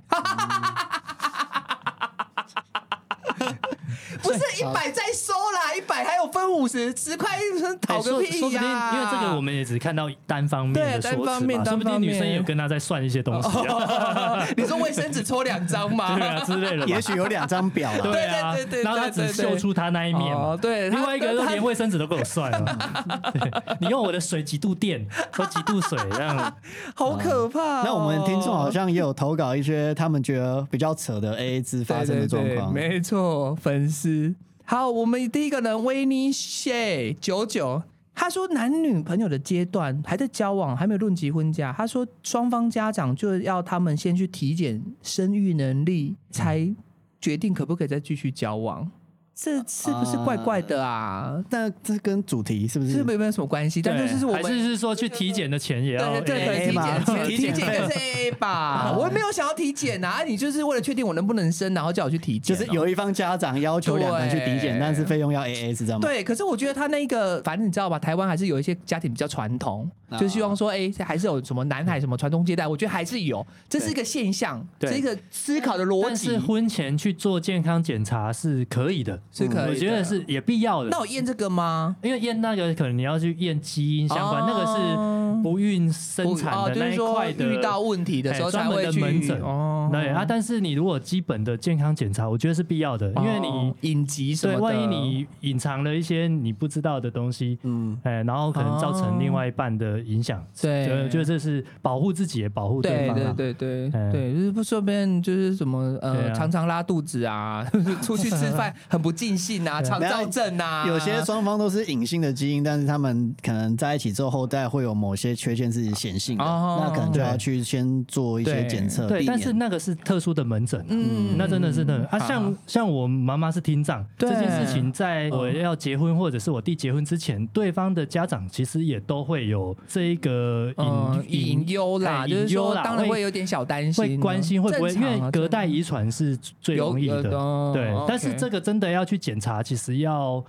嗯
不是一百再收啦，一百还有分五十，十块
哎
讨个
说
屁呀、
说不定，因为这个我们也只看到单方面的
对
说
单
辞
方面
嘛，说不
单
定
方面哦
女生也有跟他在算一些东西 啊，
你说卫生纸抽两张吗？
对啊之类 的 嘛
也。许有两张表啦，
对啊
对对对对，
然后他
对
只
对
秀出他那一面嘛
哦，对他
另外一个都
他
连卫生纸都给我算 了。对你用我的水几度电，说几度水这样。
好可怕哦、
那我们听众好像也有投稿一些他们觉得比较扯的 AA 制发生的状况。
对对对没错，粉丝。好，我们第一个人维尼谢九九，他说男女朋友的阶段还在交往，还没有论及婚嫁。他说双方家长就要他们先去体检生育能力，才决定可不可以再继续交往。这是不是怪怪的啊？
但这跟主题是不
这
是？
没没有什么关系，但
对
这就是我
还
们
是是说去体检的钱也要
对对
AA
对，
A
体
嘛
检
体
体
检
检
费
就是 A A 吧，我没有想要体检啊，你就是为了确定我能不能生，然后叫我去体
就
检哦，
是有一方家长要求两个人去体检，
对
但是费用要 AA 制，这样吗？
对，可是我觉得他那个，反正你知道吧，台湾还是有一些家庭比较传统，
啊
就希望说，哎、还是有什么男孩什么传宗接代，我觉得还是有，这是一个现象，
对
这是一个思考的逻
但
辑
是。婚前去做健康检查是可以的，
是可以的
我觉得是也必要的。
那我验这个吗？
因为验那个可能你要去验基因相关，
哦
那个是不孕生产
哦，
的
就
那
是
一
说
块的。
遇到问题的时候
哎
才
专门
会
的
去
门诊
哦
对啊，但是你如果基本的健康检查，我觉得是必要的，因为你
哦隐疾什么
对，
的，
万一你隐藏了一些你不知道的东西，
嗯，
哎，然后可能造成另
哦
外一半的影响，
对
对，我觉得这是保护自己也保护
对
方啊。
对对对
嗯
对，就是不顺便就是什么
对
呃，
啊
常常拉肚子啊， 出去吃饭很不尽兴啊，肠燥症啊，
有些双方都是隐性的基因，但是他们可能在一起之后，后代会有某些缺陷是显性的，
哦
那可能就要
对
去先做一些
对
检测，
对，
避
但
免
是那个是特殊的门诊、啊，
嗯
那真的是的
好
啊，像像我妈妈是听障
对嗯
这件事情，在我要结婚或者是我弟结婚之前，对方的家长其实也都会有这一个
嗯
隐
隐忧啦，
哎
就是
隐忧
说
啦
当然
会
会有点小担心啊，
会关心会不会，因
正常啊
为隔代遗传是最容易
有有的
的
哦，
对
，OK。
但是这个真的要去检查，其实要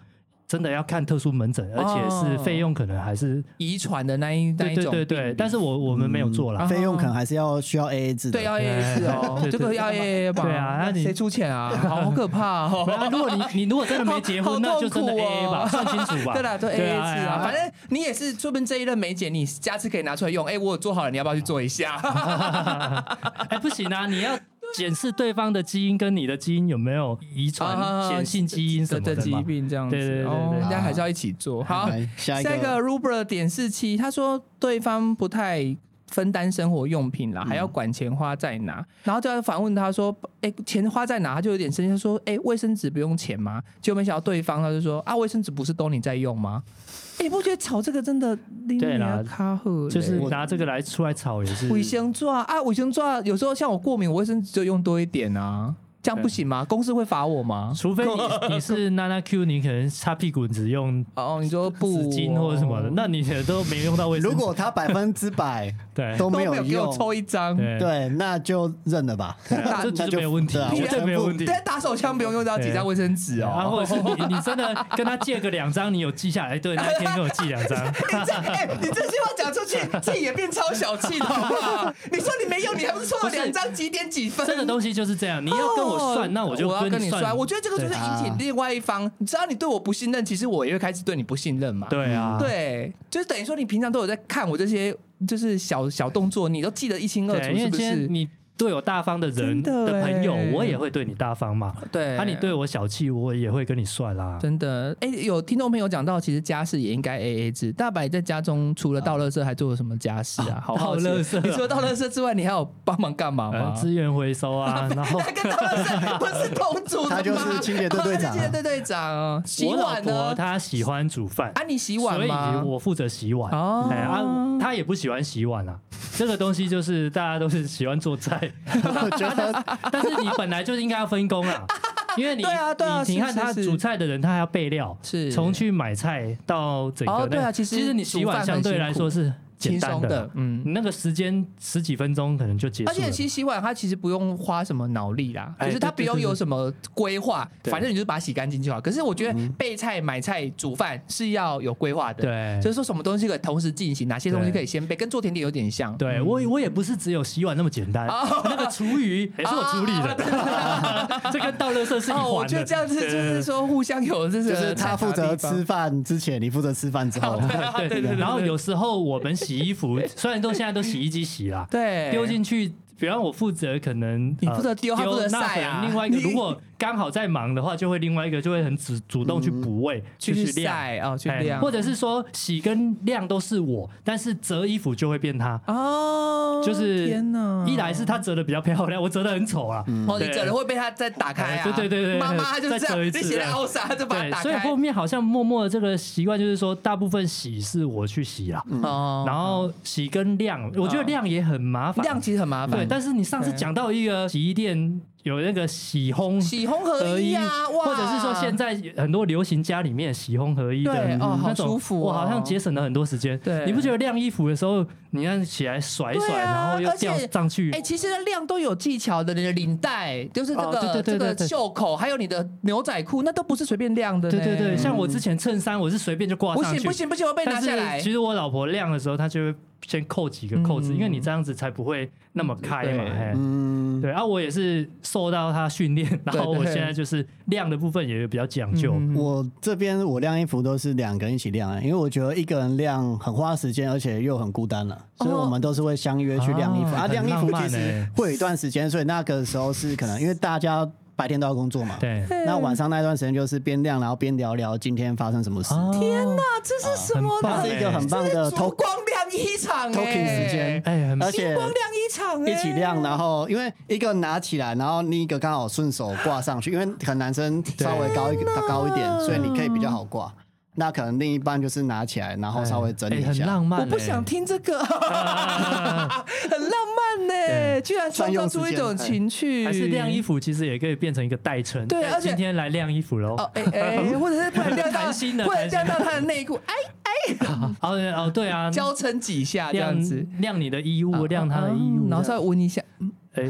真的要看特殊门诊，而且是费用可能还是
遗传的那一那
对
哦一
对
种嗯
对
病
对
理，
但是我我们没有做啦。
嗯费用可能还是要需要 AA 制的。
对要 AA 制哦，
哎对对
这个要 AA 吧？
对啊那你
谁出钱啊？好可怕 哦！
对 啊如果你你如果真的没结
好
婚，那就真的
好痛苦
A
哦
A 吧，算清楚吧。
对啦，对 A A
啊
制啊，
哎
反
呀
正你也是，说不定这一任梅姐，你下次可以拿出来用。哎，我有做好了，你要不要去做一下？
哎不行啊，你要检视对方的基因跟你的基因有没有遗传
啊
显性基因什么
的
的
疾
嘛。
病这样子，
对对对对
哦
对
人家还是要一起做。好，
来下一
下一个
个
Ruber 点四七，他说对方不太分担生活用品啦，还要管钱花在哪，然后就要反问他说：“哎、钱花在哪？”他就有点生气，他说：“哎、卫生纸不用钱吗？”结果没想到对方他就说：“啊，卫生纸不是都你在用吗？”哎、你不觉得吵这个真的令
对
人
啦
卡赫
就是拿这个来出来吵也是。
卫生纸啊，啊，卫生纸啊有时候像我过敏，我卫生纸就用多一点啊，这样不行吗？公司会罚我吗？
除非 你你是娜娜 Q，你可能擦屁股只用
哦，你说
纸
不
巾或者什么的，那你也都没用到卫生
如
纸。
果他百分之百
对
都
都没
没
有
有
给我
用，
抽一张，
对
对，那就认了吧。
打
这
那
就
就
没有问题
对啊，
我
这没有问题。
但打手枪不用用到几张卫生纸
啊，
哦。
或者是你你真的跟他借个两张，你有记下来？对，那一天给我寄两张。
你这哎、你这句话讲出去，自己也变超小气了，好不 好？你说你没用，你还不是错了
不是
两张几点几分？
这个东西就是这样，你要跟我算，
哦
那我就
我要跟
你
你
算。
算。我觉得这个就是
对
引
啊
起另外一方，只要你对我不信任，其实我也会开始对你不信任嘛。
对啊，
对，就是等于说你平常都有在看我这些，就是小小动作，你都记得一清二楚，
对，因
是
为
不
今
是
天？你对我大方的
真
人
的
的朋友
欸，
我也会对你大方嘛。
对，
啊，你对我小气，我也会跟你算啊啦。
真的，哎、有听众朋友讲到，其实家事也应该 A A 制。大白在家中除了倒垃圾，还做了什么家事啊？好好奇
倒垃圾啊
你除了倒垃圾之外，你还有帮忙干嘛
呃
吗？
资源回收啊，然后
那跟倒垃圾不是同组的吗？
他就是清洁队
他
队长啊
是清洁队队长哦。洗
我老
碗
婆
呢？
她喜欢煮饭，
啊，你洗
所
碗
以
吗？
我负责洗碗。
哦
哎啊，她也不喜欢洗碗啊。这个东西就是大家都是喜欢 做菜，
我觉得
但是你本来就应该要分工啦，因为你
对啊对啊
你你
是
看他
是是
煮菜的人，他还要备料，
是
从去买菜到整个那
哦
个、
对啊其实
实你洗碗相对来说是简
轻
单
松
的
的
啦，，
嗯。
你那个时间十几分钟可能就结束
而
了。
且其实洗碗它其实不用花什么脑力啦，
哎
就是它
对
不
对
用
对
有
对
什么规划，
对
反正你就是把它洗干净就好。可是我觉得备菜、买菜、煮饭是要有规划的，
对
就是说什么东西可以同时进行，哪些东西可以先备，跟做甜点有点像。
对我我也不是只有洗碗那么简单，
哦
那个厨 余
啊
也是我处理的， 这跟倒垃圾是一环的。
哦，我觉得这样子就是说互相有这
就是他负责吃
吃，
饭之前，你负责吃饭之后，
对对对。然后有时候我们洗衣服， 虽然都现在都洗衣机洗啦，
对，
丢进去，比方我负责可能呃
你负责丢他
丢
负责
那
晒啊
可能另外一 个
你
如果刚好在忙的话，就会另外一个就会很主主动去补位，就
去
晾。
晒哦，去
哎
晾，
或者是说洗跟晾都是我，但是折衣服就会变他，
哦，
就是
天哪，
一来是他折的比较漂亮，我折的很丑啊，
嗯
哦，你
对
整了会被他再打开啊，
哎对对对对
妈妈就是这
再
样，
折
你
一次
写在凹沙就把它
对，
打
所以
开
后，面好像默默的这个习惯就是说，大部分洗是我去洗啦，
嗯
哦
然后洗跟晾，我觉
嗯
得晾也很麻烦，
量其实很麻
对，
烦，
但是你上次
啊
讲到一个洗衣店有那个洗烘
洗烘合一啊，哇，
或者是说现在很多流行家里面洗烘合一的嗯
对哦好
那种
舒服
我
哦
好像节省了很多时间。
对
你不觉得晾衣服的时候，你看起来甩一
对
甩，
啊
然后又
而且
吊上去
哎、，其实量都有技巧的，你的领带就是这个、
哦对对对对
这个
对
袖口，还有你的牛仔裤，那都不是随便晾的呢。
对对对，像我之前衬衫，我是随便就挂
嗯不
上
行
去，
不行不行，我被拿
但
下来
是。其实我老婆晾的时候，她就会先扣几个扣子，
嗯
因为你这样子才不会那么开嘛。
对
嘿
嗯，
对，啊，我也是受到他训练，然后
对
我
对
现在就是量的部分也比较讲究。
嗯
我这边我晾衣服都是两个人一起晾、啊，因为我觉得一个人晾很花时间，而且又很孤单了，所以我们都是会相约去晾衣服、
哦
啊。
很
晾衣服
浪漫
其实
欸
会有一段时间，所以那个时候是可能因为大家白天都要工作嘛，
对，
那晚上那段时间就是边晾，然后边聊聊今天发生什么事。
天哪！
啊，这是什么
它
啊
呢？
是一个很棒
这
的
是烛
偷
光亮衣场
talking 时间，
哎，很
而
星
且
光亮衣场哎
一起晾，然后因为一个拿起来，然后另一个刚好顺手挂上去，因为可能男生稍微高一个高一点，所以你可以比较好挂。
嗯
那可能另一半就是拿起来，然后稍微整理
哎
一
很
下。
浪漫、
我不想。听这个，
啊
很浪漫呢，居然创造出一种情趣，
还是晾衣
服
服，其实也可以变成一个代称。
对
哎
而且
今天来晾衣服喽。
哦，哎哎，或者是不然掉到，
谈心的
不然掉
谈
到他的内裤，哎，
哦哦，对啊，
交成几下这样
晾
子，
晾你的衣物，晾他的衣
嗯
物，
然后稍微闻一下，
哎，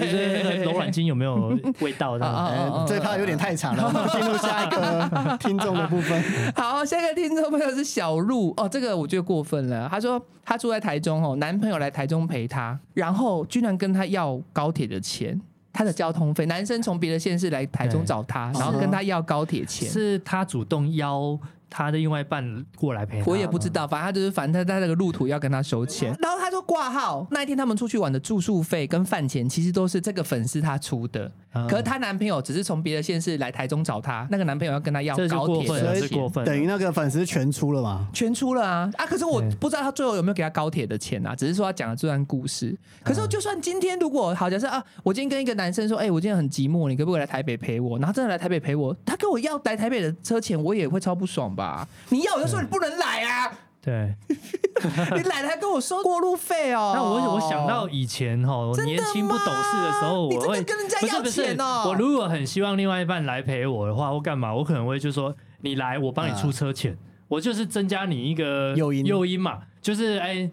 就是那个柔软巾有没有味道 这样？
啊
哎
哦哦，
这怕有点 太长了，我们进入下一个听众的部分。
好，下一个听众朋友是小鹿哦，这个我觉得过分了。他说他住在台中哦，男朋友来台中陪她，然后居然跟他要高铁的钱，他的交通费。男生从别的县市来台中
对
找她，然后跟她要高铁钱。
是他主动邀他的另外一半过来陪他吗，
我也不知道，反正他就是，反正他那个路途要跟他收钱，然后他就挂号。那一天他们出去玩的住宿费跟饭钱，其实都是这个粉丝他出的。
嗯。
可是她男朋友只是从别的县市来台中找她，那个男朋友要跟她要
这就
高
过
铁
分了，
的
这
钱
过，分了。
等于那个粉丝全出了嘛？
全出了啊啊！可是我
对
不知道他最后有没有给他高铁的钱啊，只是说他讲了这段故事。可
啊
是就算今天如果好，假设啊，我今天跟一个男生说，哎、我今天很寂寞，你可不可以来台北陪我？然后真的来台北陪我，他跟我要来台北的车钱，我也会超不爽吧？你要我就说你不能来 啊，
对，
你来了还跟我收过路费哦。
那我我想到以前哈，我
真的
年轻不懂事的时
吗
候，
你
我
真的
会
跟人家
不是
要
不是
钱哦
我如果很希望另外一半来陪我的话，我干嘛？我可能会就说你来，我帮你出车
啊
钱，我就是增加你一个
诱因
诱因嘛，就是哎、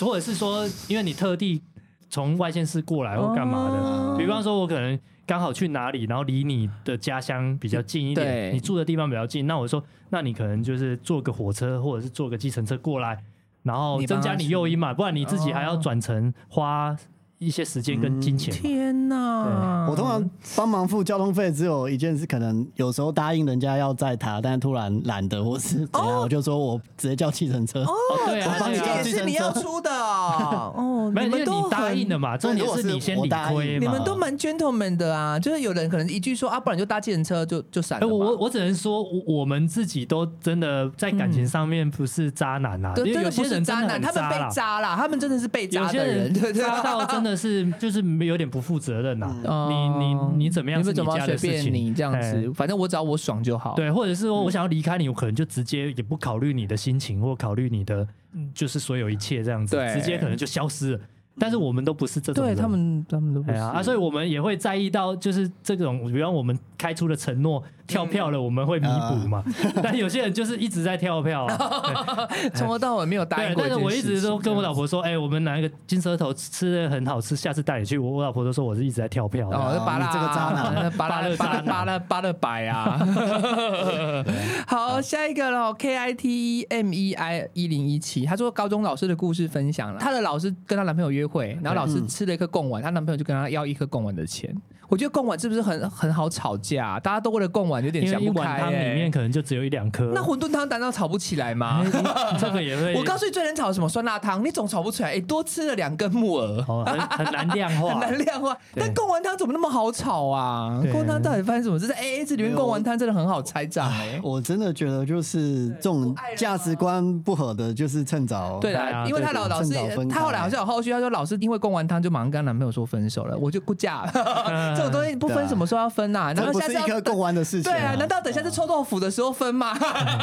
或者是说，因为你特地从外县市过来或干嘛的，
哦
比方说，我可能刚好去哪里，然后离你的家乡比较近一
对
点，你住的地方比较近，那我说，那你可能就是坐个火车或者是坐个计程车过来，然后
你帮
增
他哦
加你诱因嘛，不然你自己还要转乘花一些时间
嗯
跟金钱嘛。
天哪！
我通常帮忙付交通费，只有一件事，可能有时候答应人家要载他，但是突然懒得或是怎样，我就说我直接叫计程车。
哦，对啊，
我帮你
对啊
哦这也是你要出 的哦，哦
没有，因为
们都
你答
很
应了嘛，重点是你先理
对如果是我答
亏
应
你
嘛。
们都蛮 gentleman 的啊，就是有人可能一句说啊，不然就搭计程车就就闪
哎，
了嘛。
我我我只能说，我我们自己都真的在感情上面不是渣男啦，因
嗯对，
为
真
有
的
些
不是
人
渣
真的
男，他
很
们
渣啦
被。渣啦，他们真的是被
有
渣
些
的人，对对。
渣 到真的是就是有点不负责任呐、
哦
你你你怎么样
你
是
们怎么
家的
随
事
便
情，
你这样
哎
子，哦嗯反正我只要我爽就好。
对，或者是说我想要离开你，我可能就直接也不考虑你的心情，或考虑你的嗯就是所有一切这样子
对，
直接可能就消失了。但是我们都不是这种
对
人，
他们他们都不
哎
是
呀啊，所以我们也会在意到，就是这种，比方我们开出的承诺，跳票了，我们会弥补嘛。
啊
但有些人就是一直在跳票、 啊，
从头到尾没有答应
对，
过
但
一件
是
事情。
我一直都跟我老婆说，哎、我们拿一个金舌头吃的很好吃，下次带你去。我我老婆都说我是一直在跳票的。
哦，巴拉
你这个渣男，
巴拉
巴勒
巴
渣
拉
男
巴拉巴拉百啊！ 好，下一个喽，K I T M E I 一零一七，她说高中老师的故事分享了，她的老师跟她男朋友约会，然后老师吃了一颗贡丸，她男朋友就跟她要一颗贡丸的钱。我觉得贡丸是不是很很好吵架啊、大家都为了贡丸有点
因为
想
一
不
碗
开、
汤里面
欸。
可能就只有一两颗。
那馄饨汤难道吵不起来 吗？
这个也会，
我告诉你，最能吵什么酸辣汤，你总吵不出来。哎、多吃了两根木耳。
哦，很 很难量化，
很难量化。
对
但贡丸汤怎么那么好炒啊？
对
贡丸汤到底发生什么事？在 A A 制里面，
没有
贡丸汤真的很好拆账哎。
我真的觉得就是这种价值观不合的，就是趁早
对
对
啦，
啊
因为他
对
老
对
老师
趁早分，开
他后来好像有后续，他说老师因为贡丸汤就马上跟男朋友说分手了，我就顾 嫁，这种东西不分
对啊
什么时候要分呐？难
这
道
不
下
是
次
一
要
颗贡丸的事情、嗯
对啊？难道等下次臭豆腐的时候分吗？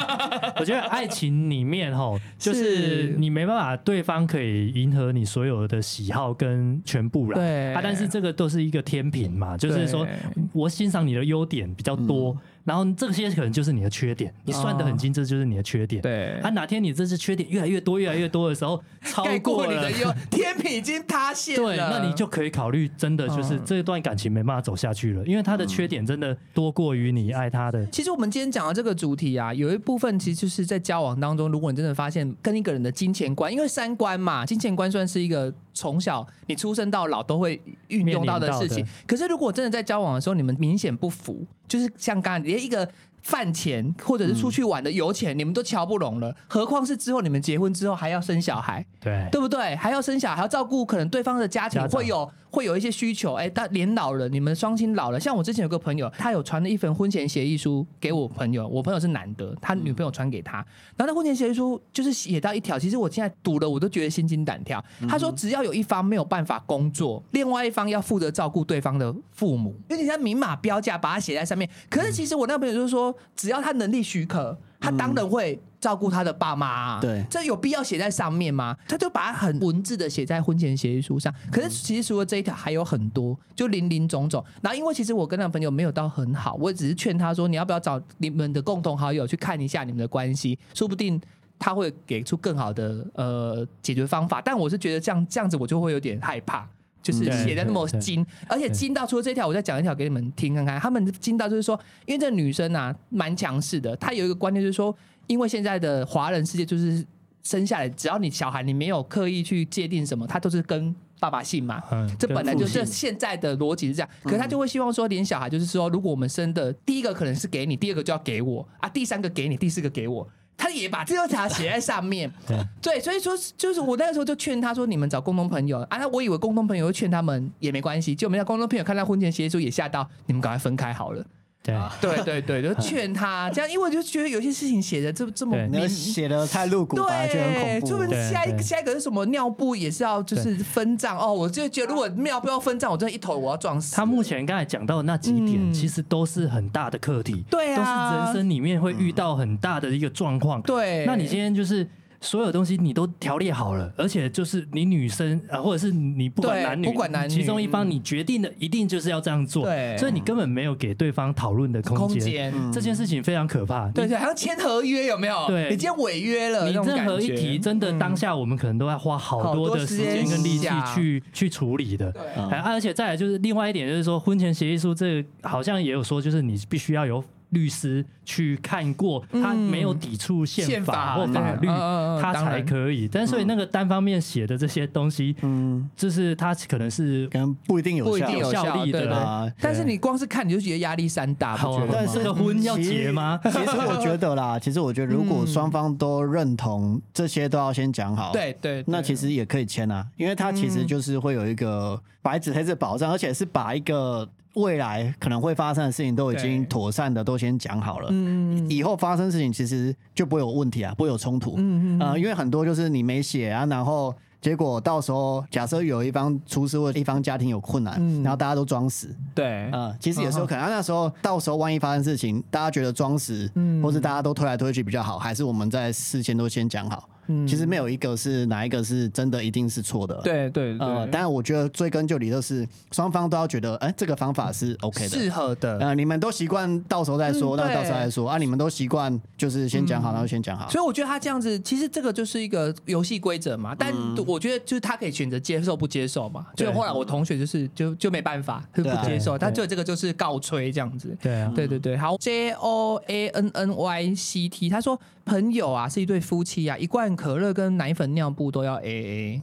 我觉得爱情里面吼，就是
是
你没办法，对方可以迎合你所有的喜好跟全部啦。
对
啊，但是这个都是一个天平嘛，就是说
对嗯
我欣赏你的优点比较多，然后这些可能就是你的缺点，你算得很精，这就是你的缺点。
哦对
啊，哪天你这些缺点越来越多、越来越多的时候，超
盖过你
了
的忧，天平已经塌陷了。
对，那你就可以考虑，真的就是
嗯
这段感情没办法走下去了，因为他的缺点真的多过于你爱他的。
其实我们今天讲的这个主题啊，有一部分其实就是在交往当中，如果你真的发现跟一个人的金钱观，因为三观嘛，金钱观算是一个从小你出生到老都会运用到的事
面临
情
到。
可是如果真的在交往的时候，你们明显不符，就是像刚才连一个饭钱或者是出去
嗯
玩的油钱，你们都瞧不拢了，何况是之后你们结婚之后还要生小孩。
对，
对不对？还要生小孩，还要照顾可能对方的家庭
家长
会有会有一些需求。哎，他年老了，你们双亲老了。像我之前有个朋友，他有传了一份婚前协议书给我朋友，我朋友是男的，他女朋友传给他。然后那婚前协议书就是写到一条，其实我现在读了我都觉得心惊胆跳。他说，只要有一方没有办法工作，另外一方要负责照顾对方的父母，有点像明码标价把它写在上面。可是其实我那个朋友就是说，只要他能力许可，他当然会照顾他的爸妈、啊。
对
这有必要写在上面吗？他就把它很嗯文字的写在婚前协议书上。可是其实除了这一条，还有很多，就林林总总。然后因为其实我跟那个朋友没有到很好，我只是劝他说，你要不要找你们的共同好友去看一下你们的关系，说不定。他会给出更好的呃解决方法，但我是觉得这样这样子我就会有点害怕，就是
嗯对
写的那么
对对
精，而且精到除了这条，我再讲一条给你们听看看。他们精到就是说，因为这女生啊蛮强势的，她有一个观念就是说，因为现在的华人世界就是生下来，只要你小孩你没有刻意去界定什么，他都是跟爸爸姓嘛。
嗯，
这本来就
跟
是
父亲
现在的逻辑是这样，可是他就会希望说，连小孩就是说，如果我们生的第一个可能是给你，第二个就要给我啊，第三个给你，第四个给我，他也把这六条写在上面。
对
对，所以说就是我那个时候就劝他说，你们找共同朋友啊，那我以为共同朋友会劝他们也没关系，就没想到共同朋友看到婚前协议书也吓到，你们赶快分开好了。
对
对对对，就劝他这样，因为我就觉得有些事情写的这这么
对
你
明
要。写的太露骨，反而就很
对，
恐
说不
怖。
定下一
对
个
对
下一个是什么尿布也是要就是分账哦，我就觉得如果尿布要分账，我真的一头我要撞死。
他目前刚才讲到的那几点，
嗯
其实都是很大的课题，
对啊
都是人生里面会遇到很大的一个状况。
对，
那你今天就是所有东西你都条列好了，而且就是你女生啊，或者是你不管
对
男女，
不管男女
其中一方你决定的一定就是要这样做，
对
所以你根本没有给对方讨论的空
空
间。嗯
间，嗯
嗯
这件事情非常可怕。你
对对，还要签合约有没有？
对
你今天违约了，
你
那种
任何
感
一
觉嗯
题，真的当下我们可能都要花好多的时间跟力气
好多时间
去去处理的。
对
嗯
哎而且再来就是另外一点，就是说婚前协议书这个好像也有说，就是你必须要有律师去看过，他没有抵触宪
嗯宪
法
法
或法律，
对嗯嗯嗯
他
当
才
然嗯
可以。但所以那个单方面写的这些东西，
嗯，
就是他可能是
可能不一定有
不一
效
定有
效
效
力的
对对
啊。
但是你光是看你就觉得压力山大，
啊
不觉得吗？
但
这
是
个婚要结吗？
其实我觉得啦，其实我觉得如果双方都认同这些，都要先讲
啊
好。。
嗯对对，对啊
那其实也可以签啊，因为它其实就是会有一
嗯
个白纸黑字的保障，而且是把一个未来可能会发生的事情都已经
对
妥善的都先讲好了，
嗯
以后发生事情其实就不会有问题啊，不会有冲突。
嗯嗯
啊、因为很多就是你没写啊，然后结果到时候假设有一方出事或者一方家庭有困难，
嗯哎
然后大家都装死。
对
呃
啊、其实有时候可能、啊那时候到时候万一发生事情，大家觉得装死，
嗯
或是大家都推来推去比较好，还是我们在事先都先讲好。
嗯
其实没有一个是哪一个是真的一定是错的。。
对对
呃，
对，
但我觉得追根究底就是双方都要觉得，哎、这个方法是 OK 的。
适合的。
呃，你们都习惯到时候再说，
嗯
那
对嗯
到时候再说啊。你们都习惯就是先讲好，然后先讲好。
所以我觉得他这样子，其实这个就是一个游戏规则嘛。但
嗯
我觉得就是他可以选择接受不接受嘛。所以后来我同学就是就就没办法，就
对
不
啊
接受。
对
他就这个就是告吹这样子。
对啊，
对对对，好，J O A N N Y C T，他说朋友啊是一对夫妻啊，一罐可乐跟奶粉尿布都要 A A。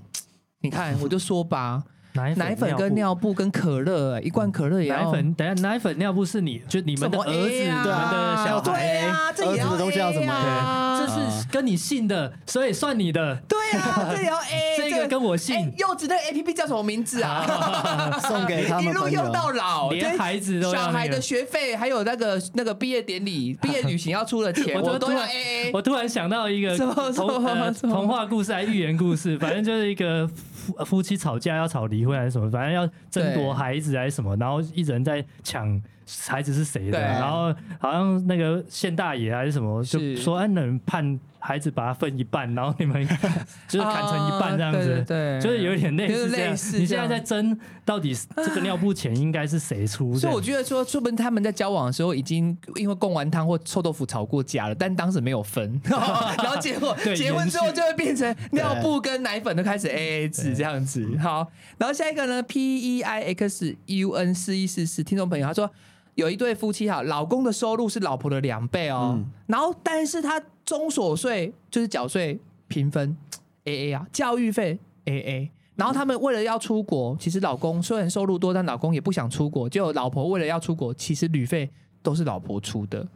你 看，我就说吧，
奶
奶粉跟
布
尿布跟可乐、欸一罐可乐也要
奶粉，等一下奶粉尿布是你，就你们
怎
的
么
儿子、
A 啊
你们的小
对
孩，
啊，这也要
儿子的东西要怎么
A 啊
这是跟你姓的，所以算你的。
对 啊，这也要 A，
这个跟我姓
哎柚子那个 A P P 叫什么名字 啊？
送给他
一
们
路
朋
用
友。
到老，
连
对
孩子都要
小孩
那个
的学费，还有那个那个毕业典礼、毕业旅行要出的 钱，
突
我都
突
要
然
A A。
我突然想到一个
什么什么
童呃
什么
童话故事还是寓言故事， 反正就是一个夫夫妻吵架要吵离婚还是什么，反正要争
对
夺孩子还是什么，然后一人在抢孩子是谁的，
对
然后好像那个县大爷还是什么就是说哎，能判孩子把它分一半，然后你们 就是砍成一半这
啊
样
对对
子，
对，
就是有点类
有点
似这样
类似这样
你现在在争到底是这个尿布钱应该是谁出这
所以
样？
我觉得说，说不定他们在交往的时候已经因为贡丸汤或臭豆腐吵过架了，但当时没有 分，然后结果
对
结婚之后
延续
就会变成尿布跟奶粉都开始 A A 制这样子。好，然后下一个呢，P E I X U N 四一四四，听众朋友他说有一对夫妻哈，老公的收入是老婆的两倍哦，
嗯
然后但是他中所税就是缴税平分 A A 啊，教育费 A A。然后他们为了要出国，其实老公虽然收入多，但老公也不想出国。就老婆为了要出国，其实旅费都是老婆出的。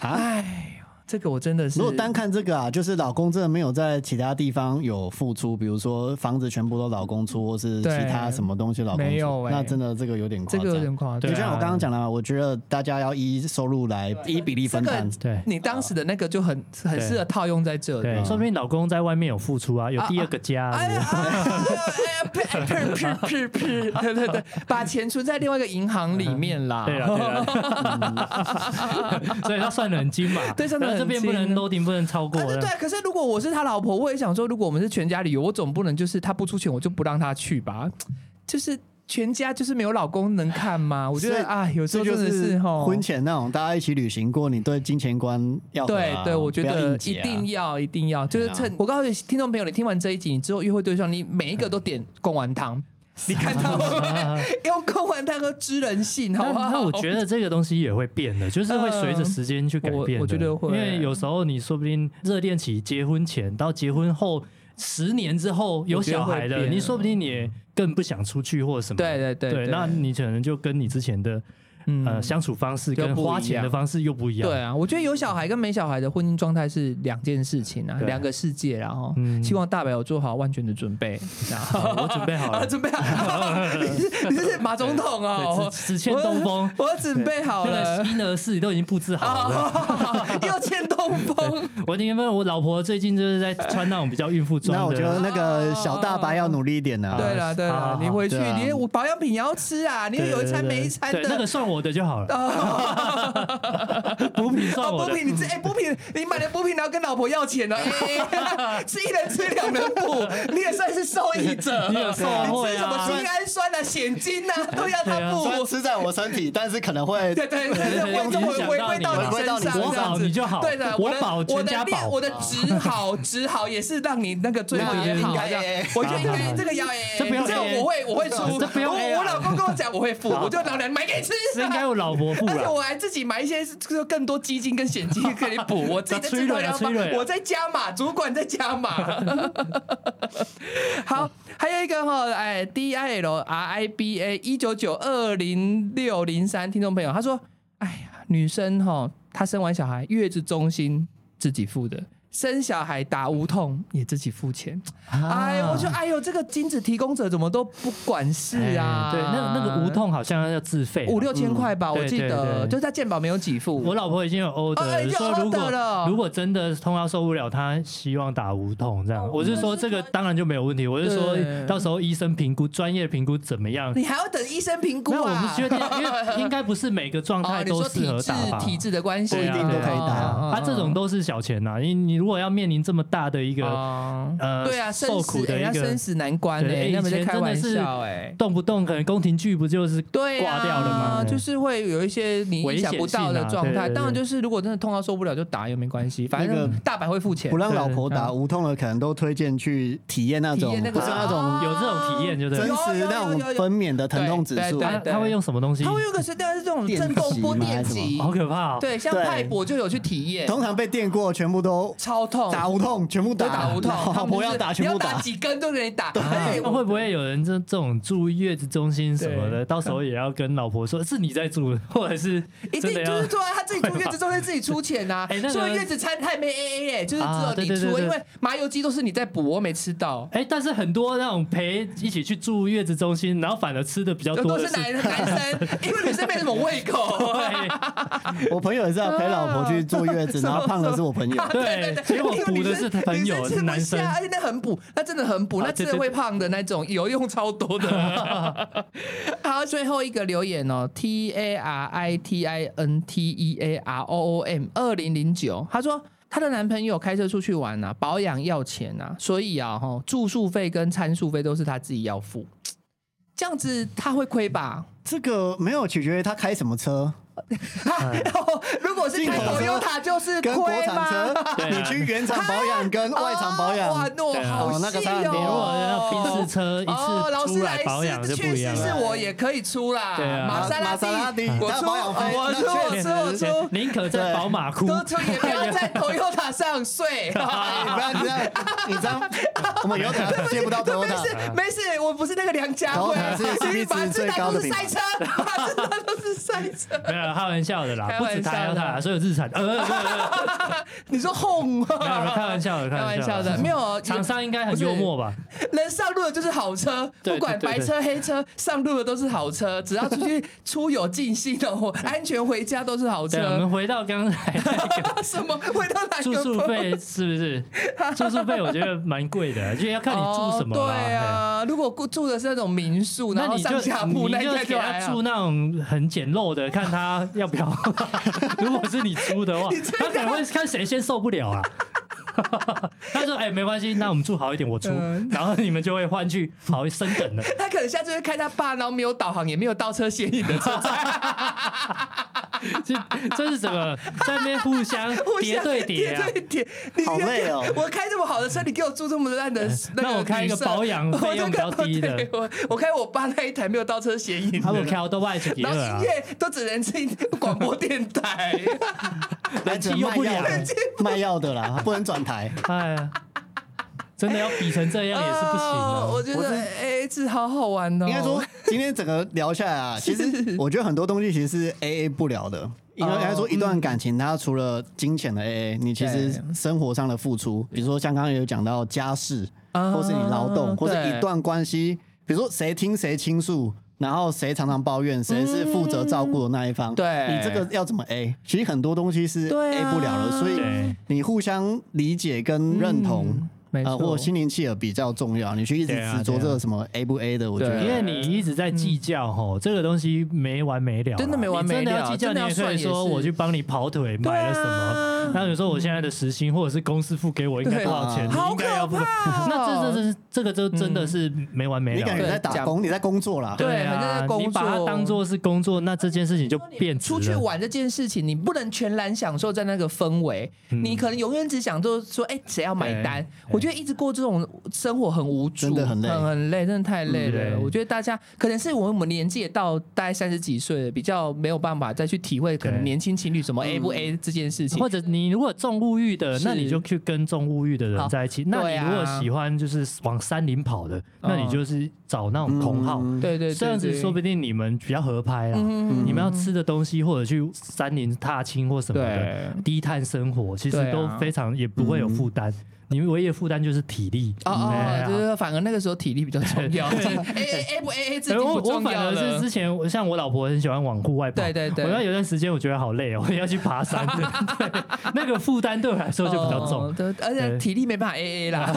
啊。
哎呦，这个我真的是，
如果单看这个啊，就是老公真的没有在其他地方有付出，比如说房子全部都老公出，或是其
对
他什么东西老公出，
没有欸
那真的这个有点夸
这
张。
个有点夸张。
对
就
啊
像我刚刚讲的嘛，我觉得大家要依收入来依比例分摊。
这
对
你当时的那个就很很适合套用在这里。
对，说不定老公在外面有付出啊，有第二个家啊。
哎呀，哎呀，哎呀，呸呸呸呸呸！对对对，把钱存在另外一个银行里面啦。
对了对 了， 所以他算得很精嘛。
对算得很
然后这边不能
精
loading 不能超过
啊，对
的。
对，可是如果我是他老婆，我也想说，如果我们是全家旅游，我总不能就是他不出钱，我就不让他去吧？就是全家就是没有老公能看吗？我觉
所以
得啊，有时
这
候
就
真的
是
吼，
婚前那种大家一起旅行过，你对金钱观要合
对
啊
对，我觉
不要
得
硬
一
结啊
定要一定要，就是
对啊
趁我告诉你听众朋友，你听完这一集，你之后约会对象，你每一个都点贡丸汤，你看他会不 会用贡丸汤和知人性，好
但
不好？
那我觉得这个东西也会变的，就是会随着时间去改变的
嗯我我觉得会
因为有时候你说不定热恋期、结婚前到结婚后十年之后有小孩
我觉得会
的，
变啊
你说不定你也更不想出去或者什么。
对对对对
那你可能就跟你之前的
嗯
呃相处方式
就
跟
不一
花钱
样
的方式又不一样。
对啊，我觉得有小孩跟没小孩的婚姻状态是两件事情啊，
对
两个世界啦哦。
嗯
希望大白有做好万全的准备，这样
好哦我准 备好
啊，
了，
准备好， 你是你是马总统
对
哦，
只只欠东风
我我准备好
那
了
个。婴儿室都已经布置好了。
啊， 又欠东 风，
我因为我老婆最近就是在穿那种比较孕妇装的，
那我觉得那个小大白要努力一点啊呢、
对了对
好好
了
好，
你回去
对啊
你我保养品也要吃啊，你
对
有一餐
对对
没一餐
对哎那个
的。
算我的就好了， 补品算
哦，
我的
补。品你吃哎，补品你买的补品，然后跟老婆要钱 了，哎吃一人吃两人补，你也算是受益者。
你有受
你
贿
吃什么
啊？
精氨酸啊、险金啊，都要他付
虽。然吃在我身体，但是可能会
对对对对，我就回回归到你身上，这样子对的，我的我的我的只好只好也是让你那个最后也好，我觉得应该这个要哎，这哎我会我会出，我我老公跟我讲我会付，我就拿来买给你吃。啊
这应该我老婆付哎
而且
了。
我还自己买一些就更多基金跟险金给你 补，我自己在自掏腰包，我在加码，主管在加码。 好，还有一个哈、哎，D I L R I B A 一九九二零六零三听众朋友，他说，哎呀，女生哈、她生完小孩，月子中心自己付的。生小孩打无痛也自己付钱，
啊
哎呦，我就哎呦，这个精子提供者怎么都不管事啊？
哎对，那那个无痛好像要自费，
五六千块吧，
嗯
我记
对对
得，
对
就是在健保没有给付。
我老婆已经有
哦已
order，
经有
说如
order 了
果如果真的痛到受不了，她希望打无痛这
哦
样。我是说这个当然就没有问题，我是说
对
到时候医生评估，专业评估怎么样？
你还要等医生评估
没有，我不
啊？
确定，因为应该不是每个状
哦，
态
你
都
说
适
体
合
质
打吧？
体质的关系
不一定
啊
都可以打
哦
啊，这种都是小钱呐。你你如果要面临这么大的一个
哦
呃
对啊，生
受
死
苦
人
的
家
一
生
个，
死难关
对
哎，
哎
他们在
以前
开
真的
玩
是
笑哎。
动不动可能宫廷剧不就是
对
挂掉了
啊，
吗？
就是会有一些你意想不到的状
危险性
态。
啊对对对
当然，就是如果真的痛到受不了，就打也没关系，反
那
正
个
大白会付钱
不。让老婆打无痛的，可能都推荐去体验那
体
种，
验那个啊
不是那种
有这种体验就对
真
了。
实那
有有有有
种
有
分娩的疼痛指数
哦
啊
对
他
对
他会用什么东西
他？会有一个是，啊但是这种
电
震动
击
波
吗
电
还是什么
击，
好可怕哦！
对，像
对
派博就有去体验，
通常被电过，全部都
超痛，
打无痛，全部
都
打
打无痛，
老婆要打
你
全
要
部
打
打，
几根都给你打，哎而且
那会不会有人这这种住月子中心什么
对
的，到时候也要跟老婆说是你在住，或者是
一
真的
定就
要
是做啊，他自己出月子中心自己出钱呐、
哎那个
所以月子餐他 也没 A A 耶，就是
啊
只有
对
你
对对
出，
对
因为麻油鸡都是你在补，我没吃到。
哎、但是很多那种陪一起去住月子中心，然后反而吃的比较啊多
都
的
是
是，
男男生， 因为女生没什么胃口。
对
我朋友也是要陪老婆去坐月 子，然后胖的是我朋友，
对对
对，结果
因为
补
女
的
生
是朋
女
友
生吃
是
不
男生
下，而且那很补，那真的很补，
啊
那真的
对对
会胖的那种，油用超多的。 好，最后一个留言哦，T A R I T I N T E A R O O M 二零零九，他说。她的男朋友开车出去玩呐、啊，保养要钱呐、啊，所以啊，哈，住宿费跟餐宿费都是她自己要付。这样子她会亏吧？
这个没有取决于他开什么车，
如果是开
进口车
Toyota 就是
跟国
亏
产
吧
车？，
对啊
你去原厂保养跟外厂保
哦哇
养，，
那我
对啊
好
哦那个
细
差很
哦
多
如果要宾士车一
哦，劳
次
斯
出来
莱
保养
斯
就不
确
一样
实
了
是。我也可以出啦，
对啊
玛
玛莎拉
蒂
蒂
我
那
出，
保养费
我出，
那
我
确
出，
实
我
对
出，
宁可在
对
宝马哭，
多出也不要在 Toyota 上睡。
哎不要你这样，你这样，我们有可能接不到 Toyota
没。事没事，我不是那个梁家辉
Toyota 是，
因为
CP 值
马自
最
达
高
都
的
是
品
塞
牌
车， 马自达都是塞车。
没有开玩笑的啦，
开
不
玩
止
笑
台
的
湾啦，所有日产，呃，没有
你说哄
没有开玩 笑的，
开玩笑
笑
的，没有
厂商应该很幽默吧？
人上路的就是好车，
对
不管
对对
白车黑车，上路的都是好车，只要出去出游尽兴 哦，安全回家都是好
对，啊我
车。
们回到 刚才
什么回到哪个
住宿 费是不是？住宿费我觉得蛮贵的，就要看你住什么
哦
啦。
对啊，如果住的是那种民宿，
嘿。
然
那
后
你
上
就
下铺，那
你
应
就
该
给
就还
他
好
住。那种很简陋的，看他要 不要。如果是你租的话，他可能会看谁先受不 了啊。他说：“哎、没关系，那我们住好一点，我出，
嗯
然后你们就会换去好升 等的。
他可能下次会开他爸，然后没有导航，也没有倒车显 影的车，
这这是什么？在那边互相
互相
叠对叠啊！
叠对叠，你
好累哦
我开这么好的车，你给我住这么烂的，
那我开一个保养费用比较低的
我这个我对我我开我爸那一台没有倒车显影
他
的
们。开都外景
然后
了啊
音，乐都只能听广播电 台，
来自
又
卖
不
药
良
的，卖药的啦，不能转台。
哎呀，真的要比成这样也是不行啊
哦我
的。
觉
我
得
是
哎，这好好玩哦。
应该说，今天整个聊下来 啊，其实我觉得很多东西其实是 A A 不了
哦
的。应该应该说，一段感情它除了金钱的 A A，你其实
对
生活上的付出，比如说像刚刚有讲到家事，
啊
或是你劳动，或是
对
一段关系，比如说谁听谁倾诉，然后谁常常抱怨，谁是负责照顾的那一方，
嗯对
你这个要怎么 A？其实很多东西是
对
A
啊
不了的，所以
对
你互相理解跟认同。
嗯没
呃，
错
或心灵契合比较重要。你去一直
对啊
执着
对啊
这个什么 A 不 A 的，我觉
对
得
因为你一直在计较吼，这个东西没完没了啦，
嗯
啊
真的没完没了啊
你真的要计较，
真的
你
要
也可以说
算也是
我去帮你跑腿
对
买
啊
了什么，那你说我现在的时薪或者是公司付给我应该多少钱，
对
你
好
应
可
该要付。
怕哦！嗯
那这这这这个就真的是没完没
你感觉
了。
在打工，你在工作啦。
对很像
啊
在，工
你把它
作
当做是工作，那这件事情就变质
出去
了
玩这件事情，你不能全然享受在那个氛围，
嗯
你可能永远只想就说，哎、谁要买单？我觉得一直过这种生活很无助，
真的很累
很累，真的太累了。
嗯对
我觉得大家可能是我们年纪也到大概三十几岁了，比较没有办法再去体会可能
对
年轻情侣什么 A 不 A 这件事情
或。者你如果重物欲的，
是
那你就去跟重物欲的
好
人在一起。那
对
你
啊嗯
如果喜欢就是往山林跑的，那你就是找那种同好。
嗯
对对对，
这样子
对
说不定你们比较合拍啦。
嗯
你们要吃的东西，或者去山林踏青或什么的，
对
低碳生活其实
对啊嗯
都非常也不会有负担。你们唯一的负担就是体力。
哦
哎
哦，
呀
就是说反而那个时候体力比较重要，A A 不 A A 自己
哎我
不
我
重
反
要
而是
了
之。前，我像我老婆很喜欢往户外跑，
对对对
我那有段时间我觉得好累哦， 我要去 爬山，对，那个负担对我来说就比较重
哦。对，而且
对
体力没办法 A A 啦。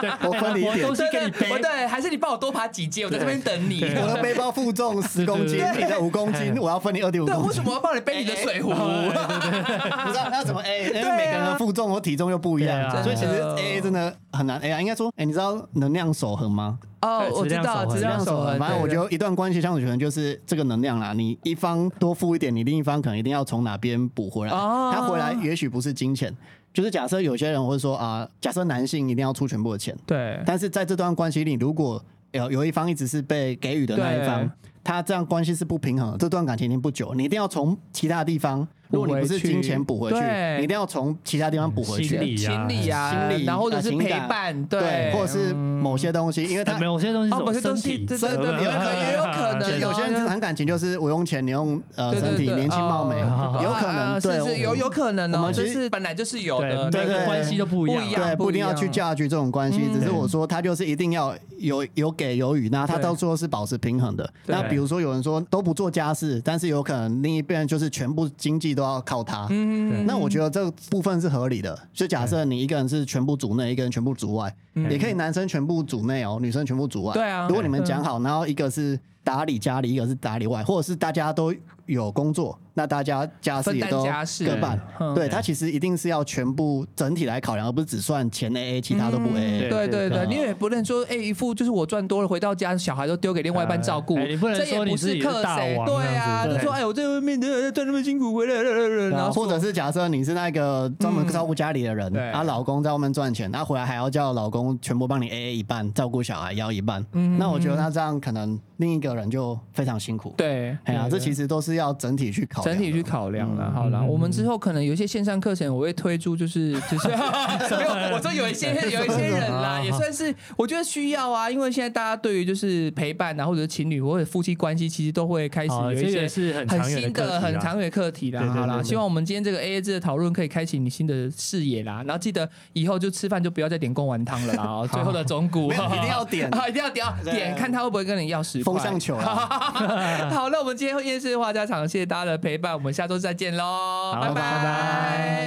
对，
我分你一点
我东西给你
我
背。
对，还是你帮我多爬几阶，我在这边等你。
我的背包负重十公斤，
对
你的五公斤，我要分你二点五
对，
公
为
斤
什。么我要帮你背你的水壶？
不知道那怎么 A，因为
对啊
每个人的负重和体重又不一
对
样，
啊
所以其实
真的
A A 真的很难 A 啊。应该说，哎，你知道能量守恒吗？
哦，我知道，
对
知
质
道
量
手环。
反正我觉得一段关系相处权就是这个能量啦，你一方多付一点，你另一方可能一定要从哪边补回来。
哦
他回来也许不是金钱，就是假设有些人会说啊，假设男性一定要出全部的钱，
对
但是在这段关系里，如果呃有有一方一直是被给予的那一
对
方，他这样关系是不平衡的，这段感情一定不久。你一定要从其他地方，如果你不是金钱补回去，
补回去
你一定要从其他地方补回去，
心理
心理啊，
心理
然后或者
啊
是
情
陪
感
伴，
对，或者是
嗯
某些东西，因为他
哎没有些东西
哦某些
是
东
身
西
体，
真
的
责任
有可能
也有可能
对
有些人谈感情就是我用钱，你用
嗯
呃
对对
身体，
对，
年轻貌美，
哦
有可
啊
能
啊是是
对，
有有可能
我
哦，
们其
就
实
是本来就是有
对
的，
每
对
个
对
关系都不一
不
样
一。样
对，不一定要
不一
去
样
嫁去这种关系，
嗯
只是我说他就是一定要有有给有予，那他
对
到最后是保持平衡的。
对
那比如说有人说都不做家事，但是有可能另一边就是全部经济都要靠他。
嗯，
那我觉得这部分是合理的，就假设你一个人是全部主内，一个人全部主外，也可以男生全部主内哦，女生全部主外。
嗯对啊
如果你们讲好，然后一个是打理家里，一个是打理外，或者是大家都有工作，那大家家事也
分
都
担家事
各半。
嗯
对，它其实一定是要全部整体来考量，而不是只算钱 AA，其他都不
嗯
AA。
对对
对
对，
对
你也不能说，哎，一副就是我赚多了，回到家小孩都丢给另外一半照顾，
哎你不能
这也
说你
不
自己是
克
大
谁，
王
对啊，
这样子
就
对
说，哎，我在外面呃赚那么辛苦回来，呃
对
然后
啊
嗯
或者是假设你是那个专门照顾家里的人，
对
啊，老公在外面赚钱，他回来还要叫老公全部帮你 AA 一半，照顾小孩要一半，
嗯
那我觉得那这样可能另一个人就非常辛苦。，
对，
哎呀，
对
这其实都是要整体去考量
整
的，
体去考量
嗯
了。好了，我们之后可能有一些线上课程，我会推出，就是就是 没有，我说有一些有一些人啦，也算是我觉得需要啊，因为现在大家对于就是陪伴啊，或者是情侣或者夫妻关系，其实都会开始
哦
有一
这
些
个是很
很
长远的
新
课题
的、
啦
很长远的课题啦。
对对对
好啦，
对
希望我们今天这个 A A 制的讨论可以开启你新的视野啦。然后记得以后就吃饭就不要再点贡丸汤了啦。哦 最后的总骨
没有一定 要点
啊一定要点点，看他会不会跟你要十块
风向球啊啦。
好，那我们今天夜市话家常，谢谢大家的陪伴，我们下周再见喽，
好
拜
拜拜